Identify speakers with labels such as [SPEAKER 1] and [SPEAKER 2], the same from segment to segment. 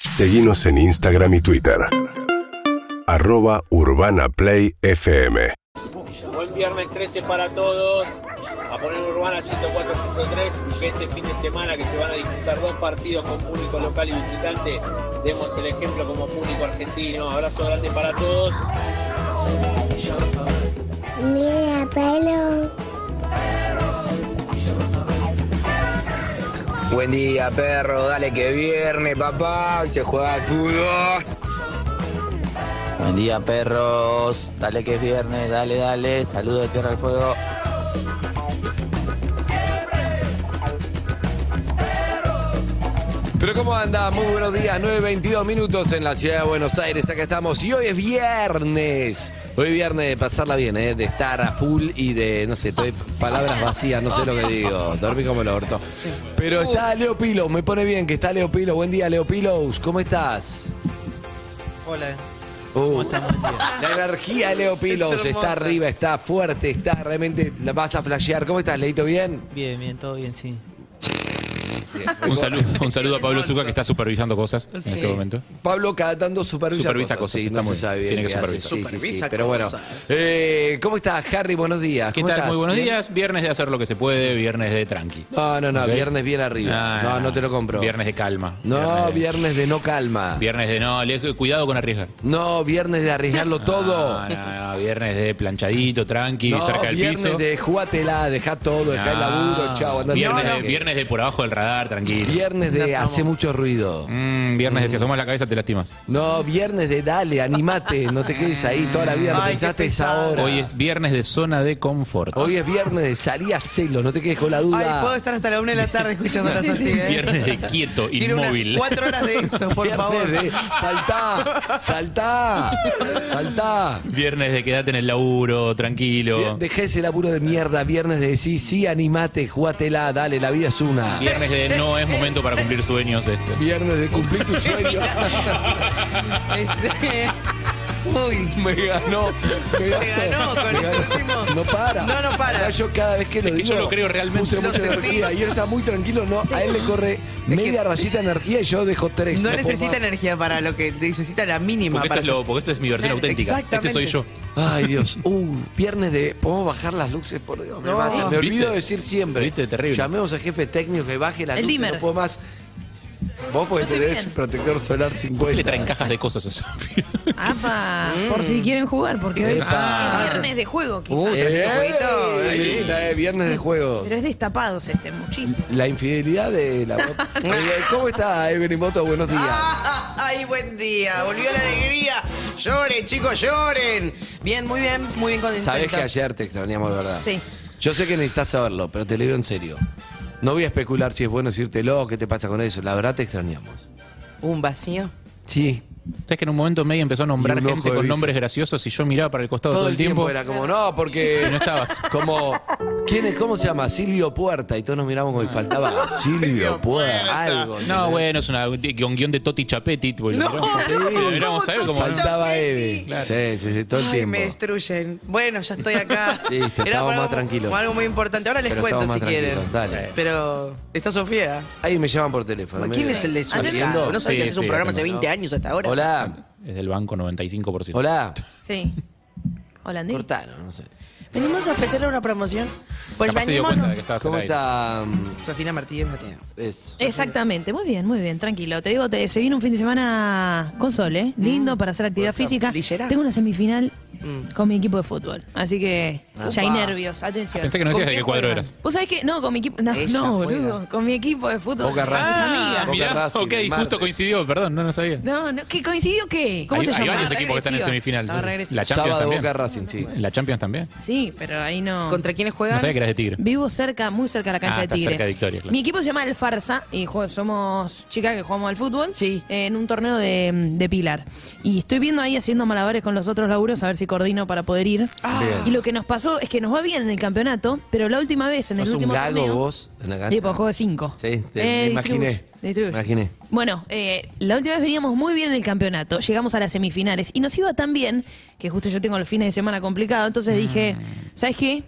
[SPEAKER 1] Seguimos en Instagram y Twitter. Arroba Urbana Play FM.
[SPEAKER 2] Buen viernes 13 para todos. A poner Urbana 104.3 y que este fin de semana que se van a disputar dos partidos con público local y visitante, demos el ejemplo como público argentino. Abrazo grande para todos.
[SPEAKER 3] Mira, pelo.
[SPEAKER 4] Buen día, perro. Dale que viernes, papá. Hoy se juega al fútbol.
[SPEAKER 5] Buen día, perros. Dale que es viernes, dale, dale. Saludos de Tierra al Fuego.
[SPEAKER 6] Pero ¿cómo anda? Muy buenos días, 9.22 minutos en la ciudad de Buenos Aires, acá estamos. Y hoy es viernes. Hoy es viernes de pasarla bien, ¿eh? de estar a full y de, no sé, estoy palabras vacías, no sé lo que digo. Dormí como el orto. Pero está Leo Pilos, me pone bien que está Leo Pilos. Buen día, Leo Pilos. ¿Cómo estás?
[SPEAKER 7] Hola.
[SPEAKER 6] Uh, la energía de Leo Pilos
[SPEAKER 7] Es
[SPEAKER 6] está
[SPEAKER 7] hermosa.
[SPEAKER 6] arriba, está fuerte, está realmente, la vas a flashear. ¿Cómo estás, Leito? ¿Bien?
[SPEAKER 7] Bien, bien, todo bien, sí.
[SPEAKER 8] Un saludo, un saludo a Pablo Zucca que está supervisando cosas en este momento.
[SPEAKER 6] Pablo cada tanto supervisa,
[SPEAKER 8] Supervisa cosas,
[SPEAKER 6] sí,
[SPEAKER 8] está
[SPEAKER 6] no
[SPEAKER 8] muy
[SPEAKER 6] se sabe bien
[SPEAKER 8] bien. Tiene que
[SPEAKER 6] qué hace,
[SPEAKER 8] supervisar.
[SPEAKER 6] sí, sí, sí,
[SPEAKER 7] Supervisa
[SPEAKER 6] pero bueno.
[SPEAKER 7] cosas.
[SPEAKER 6] Eh, ¿Cómo estás, Harry? Buenos días.
[SPEAKER 8] ¿Qué
[SPEAKER 6] ¿Cómo
[SPEAKER 8] tal?
[SPEAKER 6] estás?
[SPEAKER 8] Muy buenos
[SPEAKER 6] ¿Bien?
[SPEAKER 8] días. Viernes de hacer lo que se puede, viernes de tranqui.
[SPEAKER 6] No, no, no,
[SPEAKER 8] ¿Ok?
[SPEAKER 6] viernes bien arriba.
[SPEAKER 8] Ah,
[SPEAKER 6] no, no, te lo compro.
[SPEAKER 8] Viernes de calma.
[SPEAKER 6] No,
[SPEAKER 8] de-
[SPEAKER 6] viernes de no calma.
[SPEAKER 8] Viernes de no, le- cuidado con arriesgar.
[SPEAKER 6] No, viernes de arriesgarlo
[SPEAKER 8] Ah,
[SPEAKER 6] todo.
[SPEAKER 8] No, no, no, viernes de planchadito, tranqui,
[SPEAKER 6] No,
[SPEAKER 8] cerca del
[SPEAKER 6] viernes
[SPEAKER 8] piso.
[SPEAKER 6] de jugátela, dejá todo, dejá el
[SPEAKER 8] No,
[SPEAKER 6] laburo, chao, andate.
[SPEAKER 8] viernes,
[SPEAKER 6] No,
[SPEAKER 8] de,
[SPEAKER 6] no.
[SPEAKER 8] viernes de por abajo del radar, tranquilo.
[SPEAKER 6] Viernes de hace mucho ruido.
[SPEAKER 8] Mm, viernes de si asomas la cabeza te lastimas.
[SPEAKER 6] No, viernes de dale, animate, no te quedes ahí toda la vida, lo
[SPEAKER 7] Ay, qué
[SPEAKER 6] pensaste es
[SPEAKER 7] pesado.
[SPEAKER 6] ahora.
[SPEAKER 8] Hoy es viernes de zona de confort.
[SPEAKER 6] Hoy es viernes de salí a celo, no te quedes con la duda.
[SPEAKER 7] Ay, puedo estar hasta la una de la tarde escuchándolas así, ¿eh?
[SPEAKER 8] Viernes de quieto,
[SPEAKER 7] Tiro unas
[SPEAKER 8] inmóvil.
[SPEAKER 7] cuatro horas de esto, por
[SPEAKER 6] Viernes
[SPEAKER 7] favor.
[SPEAKER 6] de- saltá, saltá, saltá.
[SPEAKER 8] Viernes de quedate en el laburo, tranquilo.
[SPEAKER 6] Dejá ese laburo de mierda, viernes de decir, sí, animate, jugátela, dale, la vida es una.
[SPEAKER 8] Viernes de no es momento para cumplir sueños este.
[SPEAKER 6] Viernes de cumplir tu sueño.
[SPEAKER 7] Este, Uy.
[SPEAKER 6] Me ganó. Me ganó,
[SPEAKER 7] Te ganó con
[SPEAKER 6] me
[SPEAKER 7] ese
[SPEAKER 6] ganó.
[SPEAKER 7] último.
[SPEAKER 6] No para.
[SPEAKER 7] No, no para.
[SPEAKER 6] Ahora yo cada vez que lo
[SPEAKER 8] Es que
[SPEAKER 6] digo.
[SPEAKER 8] yo lo creo realmente.
[SPEAKER 6] Puse
[SPEAKER 8] Lo
[SPEAKER 6] mucha
[SPEAKER 7] sentís.
[SPEAKER 6] energía y él está muy tranquilo. No, a él le corre media rayita de energía y yo dejo tres.
[SPEAKER 7] No
[SPEAKER 6] puedo
[SPEAKER 7] necesita
[SPEAKER 6] más.
[SPEAKER 7] energía para lo que necesita la mínima.
[SPEAKER 8] Porque esto,
[SPEAKER 7] para
[SPEAKER 8] es lo- porque esto es mi versión
[SPEAKER 7] Claro,
[SPEAKER 8] auténtica. Este
[SPEAKER 7] exactamente.
[SPEAKER 8] soy yo.
[SPEAKER 6] Ay, Dios. Uh, viernes de. ¿Podemos bajar las luces? Por Dios, me
[SPEAKER 7] No.
[SPEAKER 6] mata. Me
[SPEAKER 8] ¿Viste?
[SPEAKER 6] olvido de decir siempre.
[SPEAKER 8] ¿Viste? Terrible.
[SPEAKER 6] Llamemos al jefe técnico que baje las
[SPEAKER 9] El
[SPEAKER 6] luces.
[SPEAKER 9] dimmer.
[SPEAKER 6] No puedo más. Vos podés
[SPEAKER 9] estoy
[SPEAKER 6] tener
[SPEAKER 9] bien.
[SPEAKER 6] protector solar
[SPEAKER 8] ¿Por qué
[SPEAKER 6] 50.
[SPEAKER 8] le traen cajas de cosas a Sofía?
[SPEAKER 9] Apa, por si quieren jugar, porque hoy
[SPEAKER 6] Epa.
[SPEAKER 9] Mm. es viernes de juego, quizás.
[SPEAKER 7] Uh,
[SPEAKER 6] ¡Eh!
[SPEAKER 7] tanto jueguito.
[SPEAKER 6] Linda, eh, Viernes de juegos.
[SPEAKER 9] pero es destapados este, muchísimo.
[SPEAKER 6] La infidelidad de la moto. Eh, ¿Cómo está Evelyn Moto? Buenos días.
[SPEAKER 9] Ah.
[SPEAKER 7] Ay, buen día. Volvió la alegría. Lloren, chicos, lloren. Bien, muy bien, muy bien contento.
[SPEAKER 6] Sabés que ayer te extrañamos de verdad.
[SPEAKER 9] Sí.
[SPEAKER 6] Yo sé que necesitas saberlo, pero te lo digo en serio. No voy a especular si es bueno decírtelo, qué te pasa con eso. La verdad te extrañamos.
[SPEAKER 7] Un vacío.
[SPEAKER 6] Sí.
[SPEAKER 8] ¿Sabes que en un momento medio empezó a nombrar
[SPEAKER 6] Y un ojo
[SPEAKER 8] gente
[SPEAKER 6] de
[SPEAKER 8] con
[SPEAKER 6] bife.
[SPEAKER 8] nombres graciosos y yo miraba para el costado
[SPEAKER 6] Todo, el tiempo, era como, no, porque.
[SPEAKER 8] Y no estabas.
[SPEAKER 6] Como, ¿quién es? ¿Cómo se llama? Silvio Puerta. Y todos nos miramos como y faltaba Silvio Puerta. Algo.
[SPEAKER 8] No, bueno, es una con guión de Toti Chapetti. tipo,
[SPEAKER 7] No,
[SPEAKER 8] lo miramos.
[SPEAKER 7] sí.
[SPEAKER 8] Deberíamos saber cómo.
[SPEAKER 7] Toti
[SPEAKER 6] Faltaba
[SPEAKER 7] Chapetti.
[SPEAKER 6] Eve. Sí, sí, sí, todo el
[SPEAKER 7] Ay,
[SPEAKER 6] tiempo.
[SPEAKER 7] me destruyen. Bueno, ya estoy acá.
[SPEAKER 6] Listo,
[SPEAKER 7] Era
[SPEAKER 6] estamos
[SPEAKER 7] por
[SPEAKER 6] más
[SPEAKER 7] algo-
[SPEAKER 6] tranquilos.
[SPEAKER 7] como algo muy importante. Ahora les
[SPEAKER 6] Pero
[SPEAKER 7] cuento
[SPEAKER 6] estamos
[SPEAKER 7] si
[SPEAKER 6] más
[SPEAKER 7] quieren.
[SPEAKER 6] tranquilos, dale.
[SPEAKER 7] Pero está Sofía.
[SPEAKER 6] Ahí me llaman por teléfono.
[SPEAKER 7] ¿Quién
[SPEAKER 6] me-
[SPEAKER 7] es el de Sofía?
[SPEAKER 6] ¿Atiendo?
[SPEAKER 7] No sabía
[SPEAKER 8] Sí,
[SPEAKER 7] que es un
[SPEAKER 8] sí,
[SPEAKER 7] programa hace
[SPEAKER 8] atendemos.
[SPEAKER 7] 20 años hasta ahora.
[SPEAKER 6] Hola.
[SPEAKER 8] Es del banco 95%.
[SPEAKER 6] Hola.
[SPEAKER 9] Sí. Hola, Andy.
[SPEAKER 6] Cortaron, no sé.
[SPEAKER 7] ¿Venimos a ofrecerle una promoción? Pues
[SPEAKER 8] Capaz se dio
[SPEAKER 7] venimos.
[SPEAKER 8] cuenta de que estabas
[SPEAKER 6] ¿Cómo
[SPEAKER 8] al aire.
[SPEAKER 6] está? mm,
[SPEAKER 7] Sofía Martínez Mateo.
[SPEAKER 6] Eso.
[SPEAKER 9] Exactamente, muy bien, muy bien, tranquilo. Te digo, te, se viene un fin de semana con sol, ¿eh?
[SPEAKER 6] Mm.
[SPEAKER 9] Lindo para hacer actividad física.
[SPEAKER 7] ligera.
[SPEAKER 9] Tengo una semifinal
[SPEAKER 6] Mm.
[SPEAKER 9] con mi equipo de fútbol, así que
[SPEAKER 6] Ah,
[SPEAKER 9] ya hay nervios, atención.
[SPEAKER 8] Pensé que no decías
[SPEAKER 7] ¿Con
[SPEAKER 8] de
[SPEAKER 7] qué
[SPEAKER 8] qué cuadro
[SPEAKER 7] juegan?
[SPEAKER 8] eras.
[SPEAKER 9] Vos sabés que, no, con mi equipo, no,
[SPEAKER 7] Ella
[SPEAKER 9] no,
[SPEAKER 7] juega.
[SPEAKER 9] boludo, con mi equipo de fútbol. Ah,
[SPEAKER 6] Boca
[SPEAKER 9] Mis
[SPEAKER 6] Racing.
[SPEAKER 9] amigas.
[SPEAKER 6] Boca
[SPEAKER 8] Ah, mirá,
[SPEAKER 6] Racing,
[SPEAKER 8] ok,
[SPEAKER 6] el martes.
[SPEAKER 8] justo coincidió, perdón, no lo sabía.
[SPEAKER 9] No, no, ¿qué coincidió qué? ¿Cómo
[SPEAKER 8] hay
[SPEAKER 9] se
[SPEAKER 8] hay
[SPEAKER 9] llama?
[SPEAKER 8] varios
[SPEAKER 9] La
[SPEAKER 8] equipos que están en
[SPEAKER 9] regresiva.
[SPEAKER 8] semifinal.
[SPEAKER 9] La regresiva.
[SPEAKER 8] La Champions
[SPEAKER 6] Sábado
[SPEAKER 8] también.
[SPEAKER 6] Boca Racing, sí.
[SPEAKER 8] La Champions también.
[SPEAKER 9] Sí, pero ahí no.
[SPEAKER 7] ¿Contra quiénes
[SPEAKER 8] No
[SPEAKER 7] juegan?
[SPEAKER 8] sabía que eras de Tigre.
[SPEAKER 9] Vivo cerca, muy cerca de la cancha
[SPEAKER 8] Ah,
[SPEAKER 9] de
[SPEAKER 8] está
[SPEAKER 9] Tigre.
[SPEAKER 8] cerca de Victoria, claro.
[SPEAKER 9] Mi equipo se llama El Farsa y jue- somos chicas que jugamos al fútbol
[SPEAKER 7] Sí.
[SPEAKER 9] en un torneo de, de Pilar. Y estoy viendo ahí haciendo malabares con los otros laburos a ver si coordino para poder ir. Y lo que nos pasó es que nos va bien en el campeonato, pero la última vez, en
[SPEAKER 6] ¿Sos
[SPEAKER 9] el
[SPEAKER 6] un
[SPEAKER 9] último
[SPEAKER 6] gago
[SPEAKER 9] torneo-
[SPEAKER 6] vos en la cancha?
[SPEAKER 9] Sí, pues juego de 5.
[SPEAKER 6] Sí, te- me imaginé, me imaginé.
[SPEAKER 9] Bueno, eh, la última vez veníamos muy bien en el campeonato, llegamos a las semifinales y nos iba tan bien que justo yo tengo los fines de semana complicados, entonces Mm. dije, ¿sabes qué?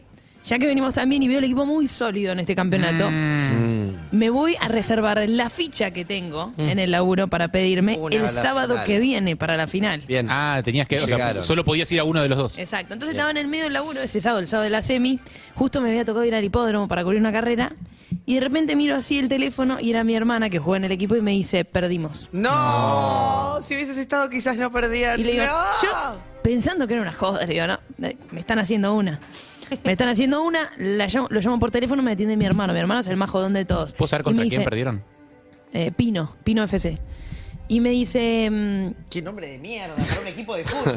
[SPEAKER 9] Ya que venimos tan bien y veo el equipo muy sólido en este campeonato,
[SPEAKER 6] Mm.
[SPEAKER 9] me voy a reservar la ficha que tengo en el laburo para pedirme
[SPEAKER 7] Una a
[SPEAKER 9] el
[SPEAKER 7] la
[SPEAKER 9] sábado
[SPEAKER 6] final.
[SPEAKER 9] que viene para la final.
[SPEAKER 6] Bien.
[SPEAKER 8] Ah, tenías que. O
[SPEAKER 6] Llegaron.
[SPEAKER 8] sea, solo podías ir a uno de los dos.
[SPEAKER 9] Exacto. Entonces estaba en el medio del laburo ese sábado, el sábado de la semi. Justo me había tocado ir al hipódromo para cubrir una carrera. Y de repente miro así el teléfono y era mi hermana que juega en el equipo y me dice, perdimos.
[SPEAKER 7] No, si hubieses estado quizás no perdían.
[SPEAKER 9] Y le digo,
[SPEAKER 7] No.
[SPEAKER 9] yo pensando que era una joda, le digo, no, eh, me están haciendo una. Me están haciendo una, la llamo- lo llamo por teléfono, me atiende mi hermano. Mi hermano es el más jodón de todos.
[SPEAKER 8] ¿Puedo saber
[SPEAKER 9] Y
[SPEAKER 8] contra
[SPEAKER 9] me
[SPEAKER 8] quién
[SPEAKER 9] dice,
[SPEAKER 8] perdieron?
[SPEAKER 9] eh, Pino, Pino FC. Y me dice, mm,
[SPEAKER 7] Qué nombre de mierda para un equipo de fútbol.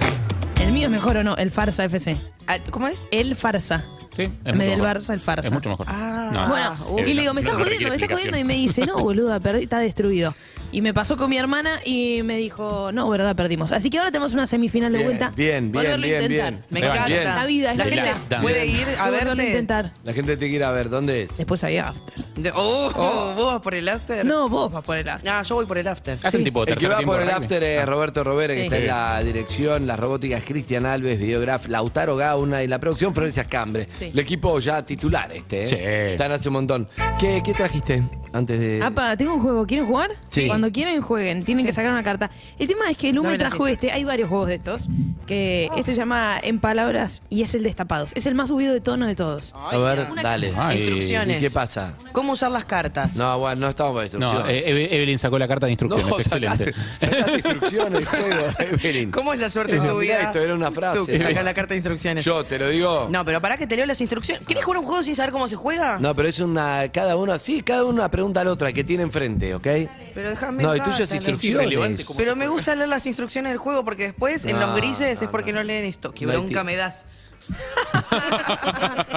[SPEAKER 9] ¿el mío es mejor o no? El Farsa FC.
[SPEAKER 7] Ah, ¿Cómo es?
[SPEAKER 9] El Farsa.
[SPEAKER 8] Sí, es
[SPEAKER 9] Me
[SPEAKER 8] mucho
[SPEAKER 9] del
[SPEAKER 8] mejor.
[SPEAKER 9] Barça, el Farsa.
[SPEAKER 8] Es mucho mejor.
[SPEAKER 7] Ah.
[SPEAKER 8] No,
[SPEAKER 9] Bueno,
[SPEAKER 8] eh,
[SPEAKER 9] y le digo, me
[SPEAKER 8] no
[SPEAKER 9] está
[SPEAKER 8] requiere
[SPEAKER 9] jodiendo, me está
[SPEAKER 8] explicación.
[SPEAKER 9] jodiendo. Y me dice, no, boluda, perdí, está destruido. Y me pasó con mi hermana y me dijo, no, verdad, perdimos. Así que ahora tenemos una semifinal de
[SPEAKER 6] Bien,
[SPEAKER 9] vuelta.
[SPEAKER 6] bien, bien,
[SPEAKER 9] Volverlo a
[SPEAKER 6] bien,
[SPEAKER 9] intentar.
[SPEAKER 6] bien.
[SPEAKER 7] Me
[SPEAKER 8] Ahí va,
[SPEAKER 7] encanta.
[SPEAKER 6] bien.
[SPEAKER 9] La vida es
[SPEAKER 7] La
[SPEAKER 9] la
[SPEAKER 7] gente
[SPEAKER 9] vida.
[SPEAKER 7] uh, puede ir a
[SPEAKER 9] Volverlo
[SPEAKER 7] verte.
[SPEAKER 9] intentar.
[SPEAKER 6] La gente te quiere a ver, ¿dónde es?
[SPEAKER 9] Después había after.
[SPEAKER 7] De- Oh, ¿vos vas por el after?
[SPEAKER 9] No, vos vas por el after.
[SPEAKER 7] No, yo voy por el after.
[SPEAKER 8] Hacen tipo
[SPEAKER 6] El que
[SPEAKER 8] tercer
[SPEAKER 6] va
[SPEAKER 8] tiempo Ah.
[SPEAKER 6] por
[SPEAKER 8] de
[SPEAKER 6] el
[SPEAKER 8] rugby.
[SPEAKER 6] after es Roberto Robera, que
[SPEAKER 9] Sí.
[SPEAKER 6] está en la dirección, las robóticas Cristian Alves, Videograf, Lautaro Gauna y la producción Florencia Cambre.
[SPEAKER 9] Sí.
[SPEAKER 6] El equipo ya titular este, ¿eh?
[SPEAKER 8] Sí.
[SPEAKER 6] Están hace un montón. ¿Qué, qué trajiste antes de...?
[SPEAKER 9] Apa, tengo un juego, ¿quieren jugar?
[SPEAKER 6] Eh. Sí.
[SPEAKER 9] Cuando quieren jueguen, tienen que sacar una carta. El tema es que Lu
[SPEAKER 7] Dame
[SPEAKER 9] me
[SPEAKER 7] las
[SPEAKER 9] trajo este, hay varios juegos de estos, que este se llama En Palabras y es el destapados. Es el más subido de tono de todos.
[SPEAKER 6] a ver, dale.
[SPEAKER 8] Ay,
[SPEAKER 7] Instrucciones.
[SPEAKER 6] ¿y qué pasa?
[SPEAKER 7] ¿Cómo usar las cartas?
[SPEAKER 6] No, bueno, no estamos para instrucciones.
[SPEAKER 8] No, eh, Eve- Evelyn sacó la carta de instrucciones.
[SPEAKER 6] No,
[SPEAKER 8] Excelente.
[SPEAKER 6] sacá- sacá instrucciones, juego, Evelyn.
[SPEAKER 7] ¿Cómo es la suerte en
[SPEAKER 6] Evelyn,
[SPEAKER 7] tu
[SPEAKER 6] mirá
[SPEAKER 7] vida?
[SPEAKER 6] esto, era una frase.
[SPEAKER 7] Tú que sacas la carta de instrucciones.
[SPEAKER 6] Yo te lo digo.
[SPEAKER 7] No, pero para que te leo las instrucciones. ¿Querés jugar un juego sin saber cómo se juega?
[SPEAKER 6] No, pero es una. Cada uno así, cada una pregunta a la otra que tiene enfrente, ¿ok?
[SPEAKER 7] Pero déjame.
[SPEAKER 6] No,
[SPEAKER 7] en
[SPEAKER 6] el tuyo es
[SPEAKER 7] paz, dale.
[SPEAKER 8] irrelevante
[SPEAKER 6] instrucciones.
[SPEAKER 8] como-
[SPEAKER 7] Pero me gusta leer las instrucciones del juego porque después en
[SPEAKER 6] No,
[SPEAKER 7] los grises
[SPEAKER 6] no,
[SPEAKER 7] es porque
[SPEAKER 6] no.
[SPEAKER 7] no, leen esto. Que
[SPEAKER 6] No hay
[SPEAKER 7] bronca
[SPEAKER 6] tiempo.
[SPEAKER 7] me das.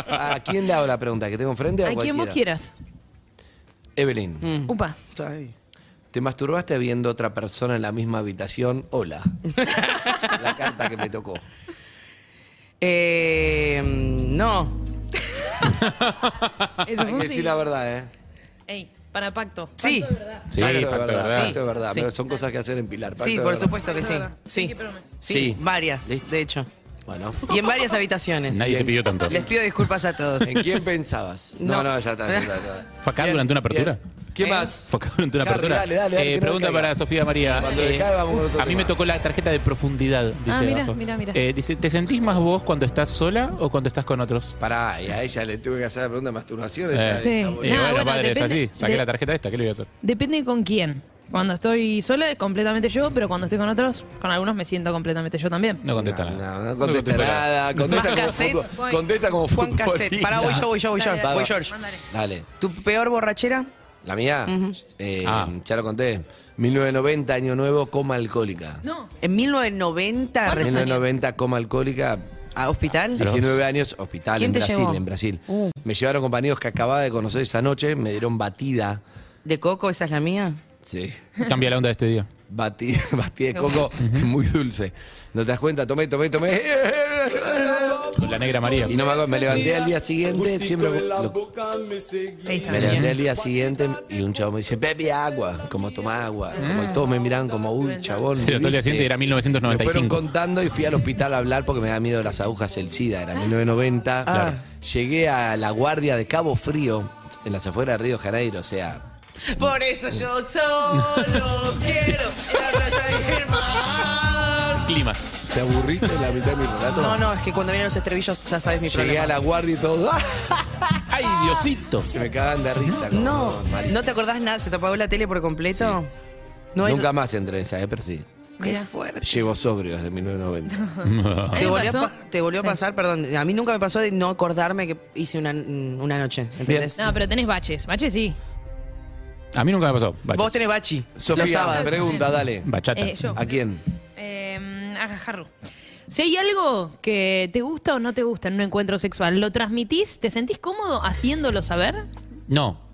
[SPEAKER 6] ¿A quién le hago la pregunta? ¿Que tengo enfrente? o
[SPEAKER 9] A quien vos
[SPEAKER 6] cualquiera? Mm.
[SPEAKER 9] quieras.
[SPEAKER 6] Evelyn,
[SPEAKER 9] Upa.
[SPEAKER 7] Está ahí.
[SPEAKER 6] ¿te masturbaste viendo otra persona en la misma habitación? Hola. la carta que me tocó.
[SPEAKER 7] Eh, no.
[SPEAKER 9] Eso
[SPEAKER 6] Hay
[SPEAKER 9] fue
[SPEAKER 6] que
[SPEAKER 9] un
[SPEAKER 6] decir
[SPEAKER 9] sí.
[SPEAKER 6] la verdad, ¿eh?
[SPEAKER 9] Ey, para pacto.
[SPEAKER 7] Sí,
[SPEAKER 8] Sí,
[SPEAKER 6] Pacto de
[SPEAKER 8] factor,
[SPEAKER 6] verdad.
[SPEAKER 8] ¿verdad?
[SPEAKER 6] pacto de verdad.
[SPEAKER 7] Sí.
[SPEAKER 6] Pero son cosas que hacer en Pilar. pacto
[SPEAKER 7] sí,
[SPEAKER 6] de
[SPEAKER 7] por
[SPEAKER 6] verdad.
[SPEAKER 7] supuesto que sí. Sí. Sí,
[SPEAKER 6] Sí.
[SPEAKER 7] varias,
[SPEAKER 6] Listo.
[SPEAKER 7] de hecho.
[SPEAKER 6] Bueno.
[SPEAKER 7] Y en varias habitaciones.
[SPEAKER 8] Nadie te pidió tanto.
[SPEAKER 7] Les pido disculpas a todos.
[SPEAKER 6] ¿En quién pensabas? No,
[SPEAKER 7] No. ¿Eh?
[SPEAKER 6] no, ya está. ya está, ya está.
[SPEAKER 8] ¿Fue acá durante una apertura?
[SPEAKER 6] Bien. ¿Qué más?
[SPEAKER 8] Fue acá durante una
[SPEAKER 6] Harry,
[SPEAKER 8] apertura.
[SPEAKER 6] Dale, dale, dale.
[SPEAKER 8] Eh,
[SPEAKER 6] que no
[SPEAKER 8] pregunta
[SPEAKER 6] decaiga.
[SPEAKER 8] para Sofía María.
[SPEAKER 6] Cuando
[SPEAKER 8] Eh,
[SPEAKER 6] decae, vamos con otro
[SPEAKER 8] a mí
[SPEAKER 6] tema.
[SPEAKER 8] me tocó la tarjeta de profundidad. Dice
[SPEAKER 9] Ah, mirá,
[SPEAKER 8] abajo.
[SPEAKER 9] mirá, mirá.
[SPEAKER 8] Eh, dice, ¿te sentís más vos cuando estás sola o cuando estás con otros?
[SPEAKER 6] Pará, y a ella le tuve que hacer la pregunta de masturbación.
[SPEAKER 8] Eh,
[SPEAKER 6] esa-
[SPEAKER 9] Sí.
[SPEAKER 6] esa
[SPEAKER 8] Eh,
[SPEAKER 6] boluda.
[SPEAKER 9] Nah,
[SPEAKER 8] bueno,
[SPEAKER 9] bueno,
[SPEAKER 8] madre, es
[SPEAKER 9] depende
[SPEAKER 8] así. Saqué
[SPEAKER 9] de-
[SPEAKER 8] la tarjeta esta, ¿qué le voy a hacer?
[SPEAKER 9] Depende con quién. Cuando estoy sola es completamente yo, pero cuando estoy con otros, con algunos me siento completamente yo también.
[SPEAKER 8] No contesta nada.
[SPEAKER 6] No, no contesta
[SPEAKER 8] contesta
[SPEAKER 6] nada. Contesta
[SPEAKER 7] Más
[SPEAKER 6] como,
[SPEAKER 7] cassette,
[SPEAKER 6] futbol-
[SPEAKER 9] voy.
[SPEAKER 6] contesta como
[SPEAKER 7] Juan
[SPEAKER 6] futbolista.
[SPEAKER 7] Cassette. Pará, voy yo, voy yo, voy yo.
[SPEAKER 9] Dale, dale.
[SPEAKER 7] Voy George.
[SPEAKER 9] Mándale.
[SPEAKER 6] Dale.
[SPEAKER 7] ¿Tu peor borrachera?
[SPEAKER 6] La mía, eh,
[SPEAKER 8] Ah.
[SPEAKER 6] ya lo conté. 1990, año nuevo, coma alcohólica.
[SPEAKER 9] No.
[SPEAKER 7] En 1990
[SPEAKER 9] ¿Cuántos
[SPEAKER 7] recién-
[SPEAKER 9] años?
[SPEAKER 6] 1990, coma alcohólica.
[SPEAKER 7] a hospital.
[SPEAKER 8] Pero- Los-
[SPEAKER 6] 19 años, hospital
[SPEAKER 7] ¿Quién
[SPEAKER 6] en
[SPEAKER 7] te
[SPEAKER 6] Brasil,
[SPEAKER 7] llevó?
[SPEAKER 6] en Brasil.
[SPEAKER 7] Uh.
[SPEAKER 6] Me llevaron compañeros que acababa de conocer esa noche, me dieron batida.
[SPEAKER 7] De coco, esa es la mía.
[SPEAKER 6] Sí.
[SPEAKER 8] Cambia la onda de este día.
[SPEAKER 6] Batida, batida de coco muy dulce. ¿No te das cuenta? Tomé, tomé, tomé.
[SPEAKER 8] Con la negra María.
[SPEAKER 6] Y no me acuerdo, me levanté al día siguiente, siempre lo-
[SPEAKER 9] Ahí está.
[SPEAKER 6] Me levanté al día siguiente y un chavo me dice, bebe agua, como toma agua. Como y
[SPEAKER 7] Ah.
[SPEAKER 6] todos me miraban como, uy, chabón.
[SPEAKER 8] Sí, lo todo el día
[SPEAKER 6] ¿viste?".
[SPEAKER 8] siguiente era
[SPEAKER 6] Me fueron
[SPEAKER 8] 1995.
[SPEAKER 6] contando y fui al hospital a hablar porque me da miedo las agujas, el SIDA, era 1990.
[SPEAKER 7] Claro.
[SPEAKER 6] Llegué a la guardia de Cabo Frío, en las afueras de Río Janeiro, o sea...
[SPEAKER 7] Por eso yo solo quiero la playa y el mar.
[SPEAKER 8] Climas.
[SPEAKER 6] ¿Te aburriste en la mitad de mi relato?
[SPEAKER 7] No, no, es que cuando vienen los estribillos ya sabes mi
[SPEAKER 6] Llegué
[SPEAKER 7] problema.
[SPEAKER 6] a la guardia y todo... ¡ah!
[SPEAKER 8] ¡Ay, Diosito!
[SPEAKER 6] Se me cagan de risa. como,
[SPEAKER 7] No,
[SPEAKER 6] Marisa.
[SPEAKER 7] ¿no te acordás nada? ¿Se te apagó la tele por completo? No hay-
[SPEAKER 6] Nunca más entré en esa, eh, pero sí.
[SPEAKER 7] Qué fuerte.
[SPEAKER 6] Llevo sobrio desde 1990.
[SPEAKER 9] ¿A mí
[SPEAKER 7] Te
[SPEAKER 9] me
[SPEAKER 7] volvió, a
[SPEAKER 9] pasó?
[SPEAKER 7] pa- te volvió a pasar, perdón. A mí nunca me pasó de no acordarme que hice una, una noche. ¿Entendés?
[SPEAKER 9] No, pero tenés baches. Baches sí.
[SPEAKER 8] A mí nunca me ha pasado. Baches.
[SPEAKER 7] Vos tenés bachi. los
[SPEAKER 6] Sofía,
[SPEAKER 7] sábados.
[SPEAKER 6] pregunta, dale.
[SPEAKER 8] Bachata.
[SPEAKER 9] Eh, yo.
[SPEAKER 6] ¿A quién?
[SPEAKER 9] Eh, a Jarru. Si hay algo que te gusta o no te gusta en un encuentro sexual, ¿lo transmitís? ¿Te sentís cómodo haciéndolo saber?
[SPEAKER 8] No.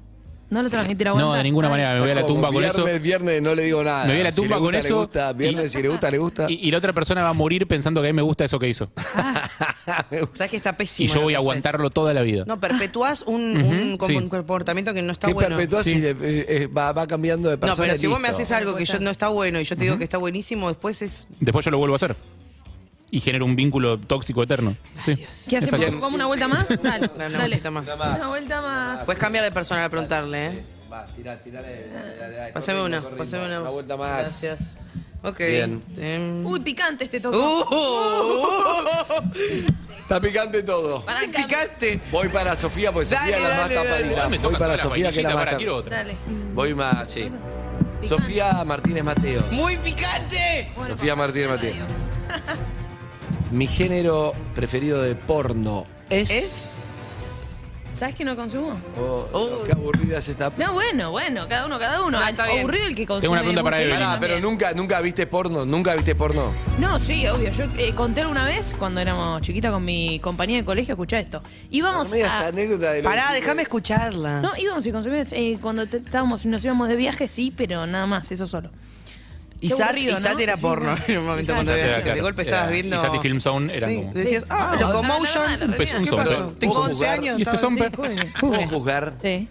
[SPEAKER 9] ¿No lo transmitís la
[SPEAKER 8] No, de ninguna manera. Me voy a la
[SPEAKER 6] Como
[SPEAKER 8] tumba con eso.
[SPEAKER 6] viernes, Viernes no le digo nada.
[SPEAKER 8] Me voy a la
[SPEAKER 6] Si
[SPEAKER 8] tumba
[SPEAKER 6] le gusta,
[SPEAKER 8] con eso
[SPEAKER 6] Le gusta. Viernes,
[SPEAKER 8] y-
[SPEAKER 6] si le gusta, le gusta.
[SPEAKER 8] Y, y la otra persona va a morir pensando que a mí me gusta eso que hizo.
[SPEAKER 7] Sabés que está pésimo.
[SPEAKER 8] Y yo
[SPEAKER 7] lo
[SPEAKER 8] voy a
[SPEAKER 7] que haces.
[SPEAKER 8] aguantarlo toda la vida.
[SPEAKER 7] No, perpetuás un, un
[SPEAKER 8] sí.
[SPEAKER 7] com- comportamiento que no está
[SPEAKER 6] ¿Qué
[SPEAKER 7] bueno.
[SPEAKER 6] perpetua si le- eh, eh, va, va cambiando de
[SPEAKER 7] No,
[SPEAKER 6] persona?
[SPEAKER 7] pero
[SPEAKER 6] y
[SPEAKER 7] si vos me
[SPEAKER 6] listo.
[SPEAKER 7] haces algo que yo no está bueno y yo te digo que está buenísimo, después es.
[SPEAKER 8] Después yo lo vuelvo a hacer. y genera un vínculo tóxico eterno. Sí.
[SPEAKER 9] ¿Qué hacemos?
[SPEAKER 8] Exacto.
[SPEAKER 9] ¿Vamos una vuelta más? Dale,
[SPEAKER 7] Dale, una
[SPEAKER 9] dale.
[SPEAKER 7] vueltita más.
[SPEAKER 9] Una vuelta más.
[SPEAKER 7] Puedes cambiar de persona al preguntarle, ¿eh?
[SPEAKER 6] Va, tirá, tirale.
[SPEAKER 7] Pasame una, pasame una.
[SPEAKER 6] Una vuelta más.
[SPEAKER 7] Gracias. Ok.
[SPEAKER 6] Bien.
[SPEAKER 7] Em.
[SPEAKER 9] Uy, picante este toque.
[SPEAKER 7] ¡Uh!
[SPEAKER 6] Está picante todo.
[SPEAKER 9] Pará, Cami.
[SPEAKER 7] ¡Picante!
[SPEAKER 6] Voy para Sofía, porque
[SPEAKER 7] Dale,
[SPEAKER 6] Sofía es la más
[SPEAKER 7] dale, dale.
[SPEAKER 6] tapadita.
[SPEAKER 8] Igual me
[SPEAKER 6] Voy
[SPEAKER 8] toca toda
[SPEAKER 6] para
[SPEAKER 8] la
[SPEAKER 6] Sofía, que es la
[SPEAKER 8] vainillita,
[SPEAKER 6] más
[SPEAKER 8] pará, quiero
[SPEAKER 6] tapadita.
[SPEAKER 8] otra.
[SPEAKER 9] Dale.
[SPEAKER 6] Voy más, sí. Sofía Martínez Mateos.
[SPEAKER 7] ¡Muy picante!
[SPEAKER 9] Bueno,
[SPEAKER 6] Sofía
[SPEAKER 9] papá,
[SPEAKER 6] Martínez
[SPEAKER 9] te
[SPEAKER 6] Martínez.
[SPEAKER 9] radio.
[SPEAKER 6] Mi género preferido de porno es.
[SPEAKER 7] ¿Es?
[SPEAKER 9] ¿Sabes que no consumo?
[SPEAKER 6] Oh,
[SPEAKER 7] Oh.
[SPEAKER 6] Qué aburrida es esta.
[SPEAKER 9] No, bueno, bueno, cada uno, cada uno.
[SPEAKER 7] No,
[SPEAKER 9] Al-
[SPEAKER 7] está bien.
[SPEAKER 9] Aburrido el que consume.
[SPEAKER 8] una pregunta para
[SPEAKER 9] música
[SPEAKER 8] Evelyn.
[SPEAKER 6] Pará,
[SPEAKER 9] también.
[SPEAKER 6] pero nunca, nunca viste porno, nunca viste porno.
[SPEAKER 9] No, sí, obvio. Yo eh, conté una vez cuando éramos chiquita con mi compañía de colegio, escuchá esto. Íbamos
[SPEAKER 6] No me digas
[SPEAKER 9] a.
[SPEAKER 6] anécdota de los
[SPEAKER 7] Pará,
[SPEAKER 6] chicos.
[SPEAKER 7] déjame escucharla.
[SPEAKER 9] No, íbamos y consumíamos. eh, cuando te- estábamos, nos íbamos de viaje, sí, pero nada más, eso solo.
[SPEAKER 7] Y
[SPEAKER 9] Qué
[SPEAKER 7] Sat,
[SPEAKER 9] aburrido,
[SPEAKER 7] y Sat
[SPEAKER 9] ¿no?
[SPEAKER 7] era
[SPEAKER 9] Sí,
[SPEAKER 7] porno
[SPEAKER 9] no.
[SPEAKER 7] en un momento
[SPEAKER 9] Sat
[SPEAKER 7] cuando
[SPEAKER 9] era
[SPEAKER 7] era chica.
[SPEAKER 9] chica.
[SPEAKER 7] De golpe estabas
[SPEAKER 8] Era-
[SPEAKER 7] viendo.
[SPEAKER 8] y Sat y Film Zone eran
[SPEAKER 7] Sí,
[SPEAKER 8] como-
[SPEAKER 7] Decías, ah,
[SPEAKER 9] Sí. No, no, no,
[SPEAKER 7] Locomotion.
[SPEAKER 9] no,
[SPEAKER 8] Pues un
[SPEAKER 7] ¿Qué
[SPEAKER 8] sobre.
[SPEAKER 7] pasó? Tengo
[SPEAKER 6] ¿Puedo
[SPEAKER 7] 11
[SPEAKER 6] jugar?
[SPEAKER 7] años.
[SPEAKER 8] Y este
[SPEAKER 7] estaba-
[SPEAKER 8] son-
[SPEAKER 9] Sí, juzguen,
[SPEAKER 6] ¿Puedo
[SPEAKER 9] juzguen.
[SPEAKER 6] juzgar?
[SPEAKER 9] Sí.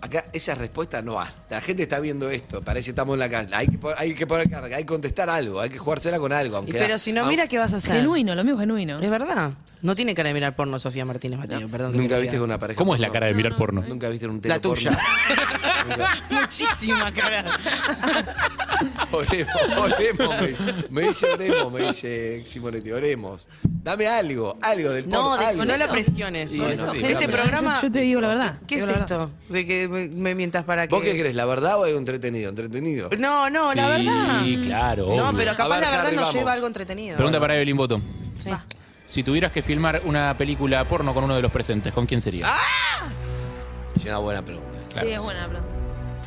[SPEAKER 6] Acá esa respuesta no va. La gente está viendo esto, parece que estamos en la casa. Hay que, po- hay que poner carga, hay que contestar algo, hay que jugársela con algo.
[SPEAKER 7] Y
[SPEAKER 6] Aunque
[SPEAKER 7] Pero si no, mira qué vas a hacer.
[SPEAKER 9] Ah. Genuino, lo mío genuino.
[SPEAKER 7] Es verdad. No tiene cara de mirar porno Sofía Martínez Mateo, perdón. que te
[SPEAKER 6] Nunca
[SPEAKER 7] lo
[SPEAKER 6] viste
[SPEAKER 7] diga.
[SPEAKER 6] con una pareja.
[SPEAKER 8] ¿Cómo es la
[SPEAKER 6] porno?
[SPEAKER 8] cara de mirar porno?
[SPEAKER 6] Nunca viste en un
[SPEAKER 7] La
[SPEAKER 6] teleporno?
[SPEAKER 7] tuya. Muchísima cara.
[SPEAKER 6] Oremos, oremos. Me, me dice oremos, me dice Simonetti, oremos. Dame algo, algo del porno.
[SPEAKER 7] No, de-
[SPEAKER 6] algo.
[SPEAKER 7] no la presiones.
[SPEAKER 6] Sí, bueno, sí,
[SPEAKER 7] este
[SPEAKER 6] dame.
[SPEAKER 7] programa.
[SPEAKER 9] Yo, yo te digo la verdad.
[SPEAKER 7] ¿Qué
[SPEAKER 9] Te
[SPEAKER 7] es
[SPEAKER 9] digo la
[SPEAKER 7] esto? De que me, me mientas para que.
[SPEAKER 6] ¿Vos qué crees? ¿La verdad o algo entretenido? Entretenido.
[SPEAKER 7] No, no, la verdad.
[SPEAKER 8] Sí, claro.
[SPEAKER 7] No,
[SPEAKER 8] obvio.
[SPEAKER 7] pero
[SPEAKER 6] A
[SPEAKER 7] capaz
[SPEAKER 6] ver,
[SPEAKER 7] la verdad
[SPEAKER 6] Harry,
[SPEAKER 7] nos
[SPEAKER 6] vamos.
[SPEAKER 7] lleva a algo entretenido.
[SPEAKER 8] Pregunta para Evelyn Boto.
[SPEAKER 7] Sí.
[SPEAKER 8] Si tuvieras que filmar una película porno con uno de los presentes, ¿con quién sería?
[SPEAKER 6] Es una buena pregunta.
[SPEAKER 9] verdad.
[SPEAKER 8] Claro.
[SPEAKER 9] Sí, es buena plata.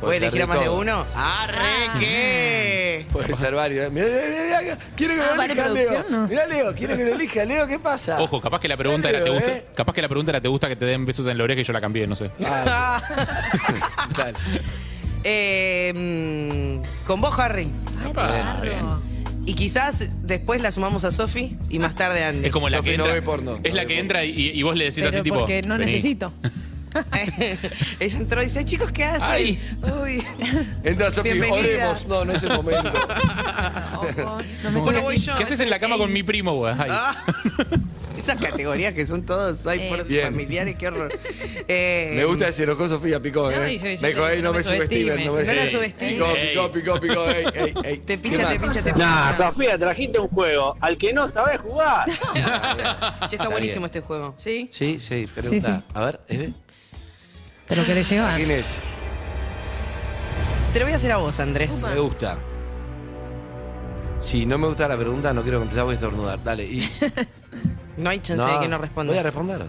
[SPEAKER 7] ¿Puede
[SPEAKER 6] ser
[SPEAKER 7] elegir a más de
[SPEAKER 6] todo.
[SPEAKER 7] uno? Ah. ¡Arre, qué!
[SPEAKER 6] Puede ser varios. ¿eh? Mirá, mirá, mirá, mirá, quiero que
[SPEAKER 9] Ah,
[SPEAKER 6] lo
[SPEAKER 9] ¿vale
[SPEAKER 6] elija Leo.
[SPEAKER 9] producción? No.
[SPEAKER 6] Mirá, Leo, quiero que lo elija. Leo, ¿qué pasa?
[SPEAKER 8] Ojo, capaz que la pregunta era te
[SPEAKER 6] Claro,
[SPEAKER 8] gusta,
[SPEAKER 6] ¿eh?
[SPEAKER 8] capaz que la pregunta era te gusta que te den besos en la oreja y yo la cambié, no sé.
[SPEAKER 6] Ah,
[SPEAKER 7] Ah.
[SPEAKER 6] Dale.
[SPEAKER 7] Eh, mm, con vos, Harry.
[SPEAKER 8] Ah,
[SPEAKER 9] Ay, barro.
[SPEAKER 8] bien.
[SPEAKER 7] Y quizás después la sumamos a Sofi y más tarde a Andy.
[SPEAKER 8] Es como la
[SPEAKER 6] Sofi
[SPEAKER 8] que
[SPEAKER 6] no
[SPEAKER 8] entra,
[SPEAKER 6] ve porno,
[SPEAKER 8] es
[SPEAKER 6] no
[SPEAKER 8] la
[SPEAKER 6] ve
[SPEAKER 8] que
[SPEAKER 6] porno.
[SPEAKER 8] entra y, y vos le decís
[SPEAKER 9] Pero
[SPEAKER 8] así tipo,
[SPEAKER 9] porque no
[SPEAKER 8] "Vení".
[SPEAKER 9] necesito.
[SPEAKER 7] Ella entró y dice, chicos, ¿qué hacen?
[SPEAKER 8] Ay.
[SPEAKER 7] Uy.
[SPEAKER 6] Entra Sofi,
[SPEAKER 7] Bienvenida.
[SPEAKER 6] oremos. No, no es el momento.
[SPEAKER 9] Ah, Ojo, no Eh, me
[SPEAKER 7] Bueno,
[SPEAKER 9] saques.
[SPEAKER 7] voy yo.
[SPEAKER 8] ¿Qué haces en la cama con mi primo, güey? Ay.
[SPEAKER 7] Ah, esas categorías que son todos, ay, por
[SPEAKER 6] Bien.
[SPEAKER 7] familiares, qué horror. Eh,
[SPEAKER 6] Me gusta ese enojó Sofía, picó,
[SPEAKER 9] No,
[SPEAKER 6] ¿eh?
[SPEAKER 9] y yo- yo
[SPEAKER 6] me dijo,
[SPEAKER 9] te-
[SPEAKER 6] ey, no
[SPEAKER 9] no
[SPEAKER 6] me
[SPEAKER 9] me
[SPEAKER 6] subestimen,
[SPEAKER 9] subestimes.
[SPEAKER 6] no me
[SPEAKER 7] No la
[SPEAKER 6] Picó,
[SPEAKER 7] subestimes.
[SPEAKER 6] picó, picó, picó, ey, ey, ey.
[SPEAKER 7] Te
[SPEAKER 6] ¿Qué
[SPEAKER 7] pincha, te
[SPEAKER 6] más?
[SPEAKER 7] pincha, te
[SPEAKER 2] Nah,
[SPEAKER 7] pincha.
[SPEAKER 2] Sofía, trajiste un juego al que no sabes jugar.
[SPEAKER 7] Che, está buenísimo este juego.
[SPEAKER 9] Sí.
[SPEAKER 6] Sí, sí, pero
[SPEAKER 9] Sí, sí.
[SPEAKER 6] A ver, ¿eh?
[SPEAKER 9] Te lo querés llevar.
[SPEAKER 6] ¿quién es?
[SPEAKER 7] Te lo voy a hacer a vos, Andrés.
[SPEAKER 6] Me gusta. Si no me gusta la pregunta, no quiero contestar, voy a estornudar. Dale, y.
[SPEAKER 7] No hay chance de que
[SPEAKER 6] Voy
[SPEAKER 7] no
[SPEAKER 6] a
[SPEAKER 7] respondas.
[SPEAKER 6] responder.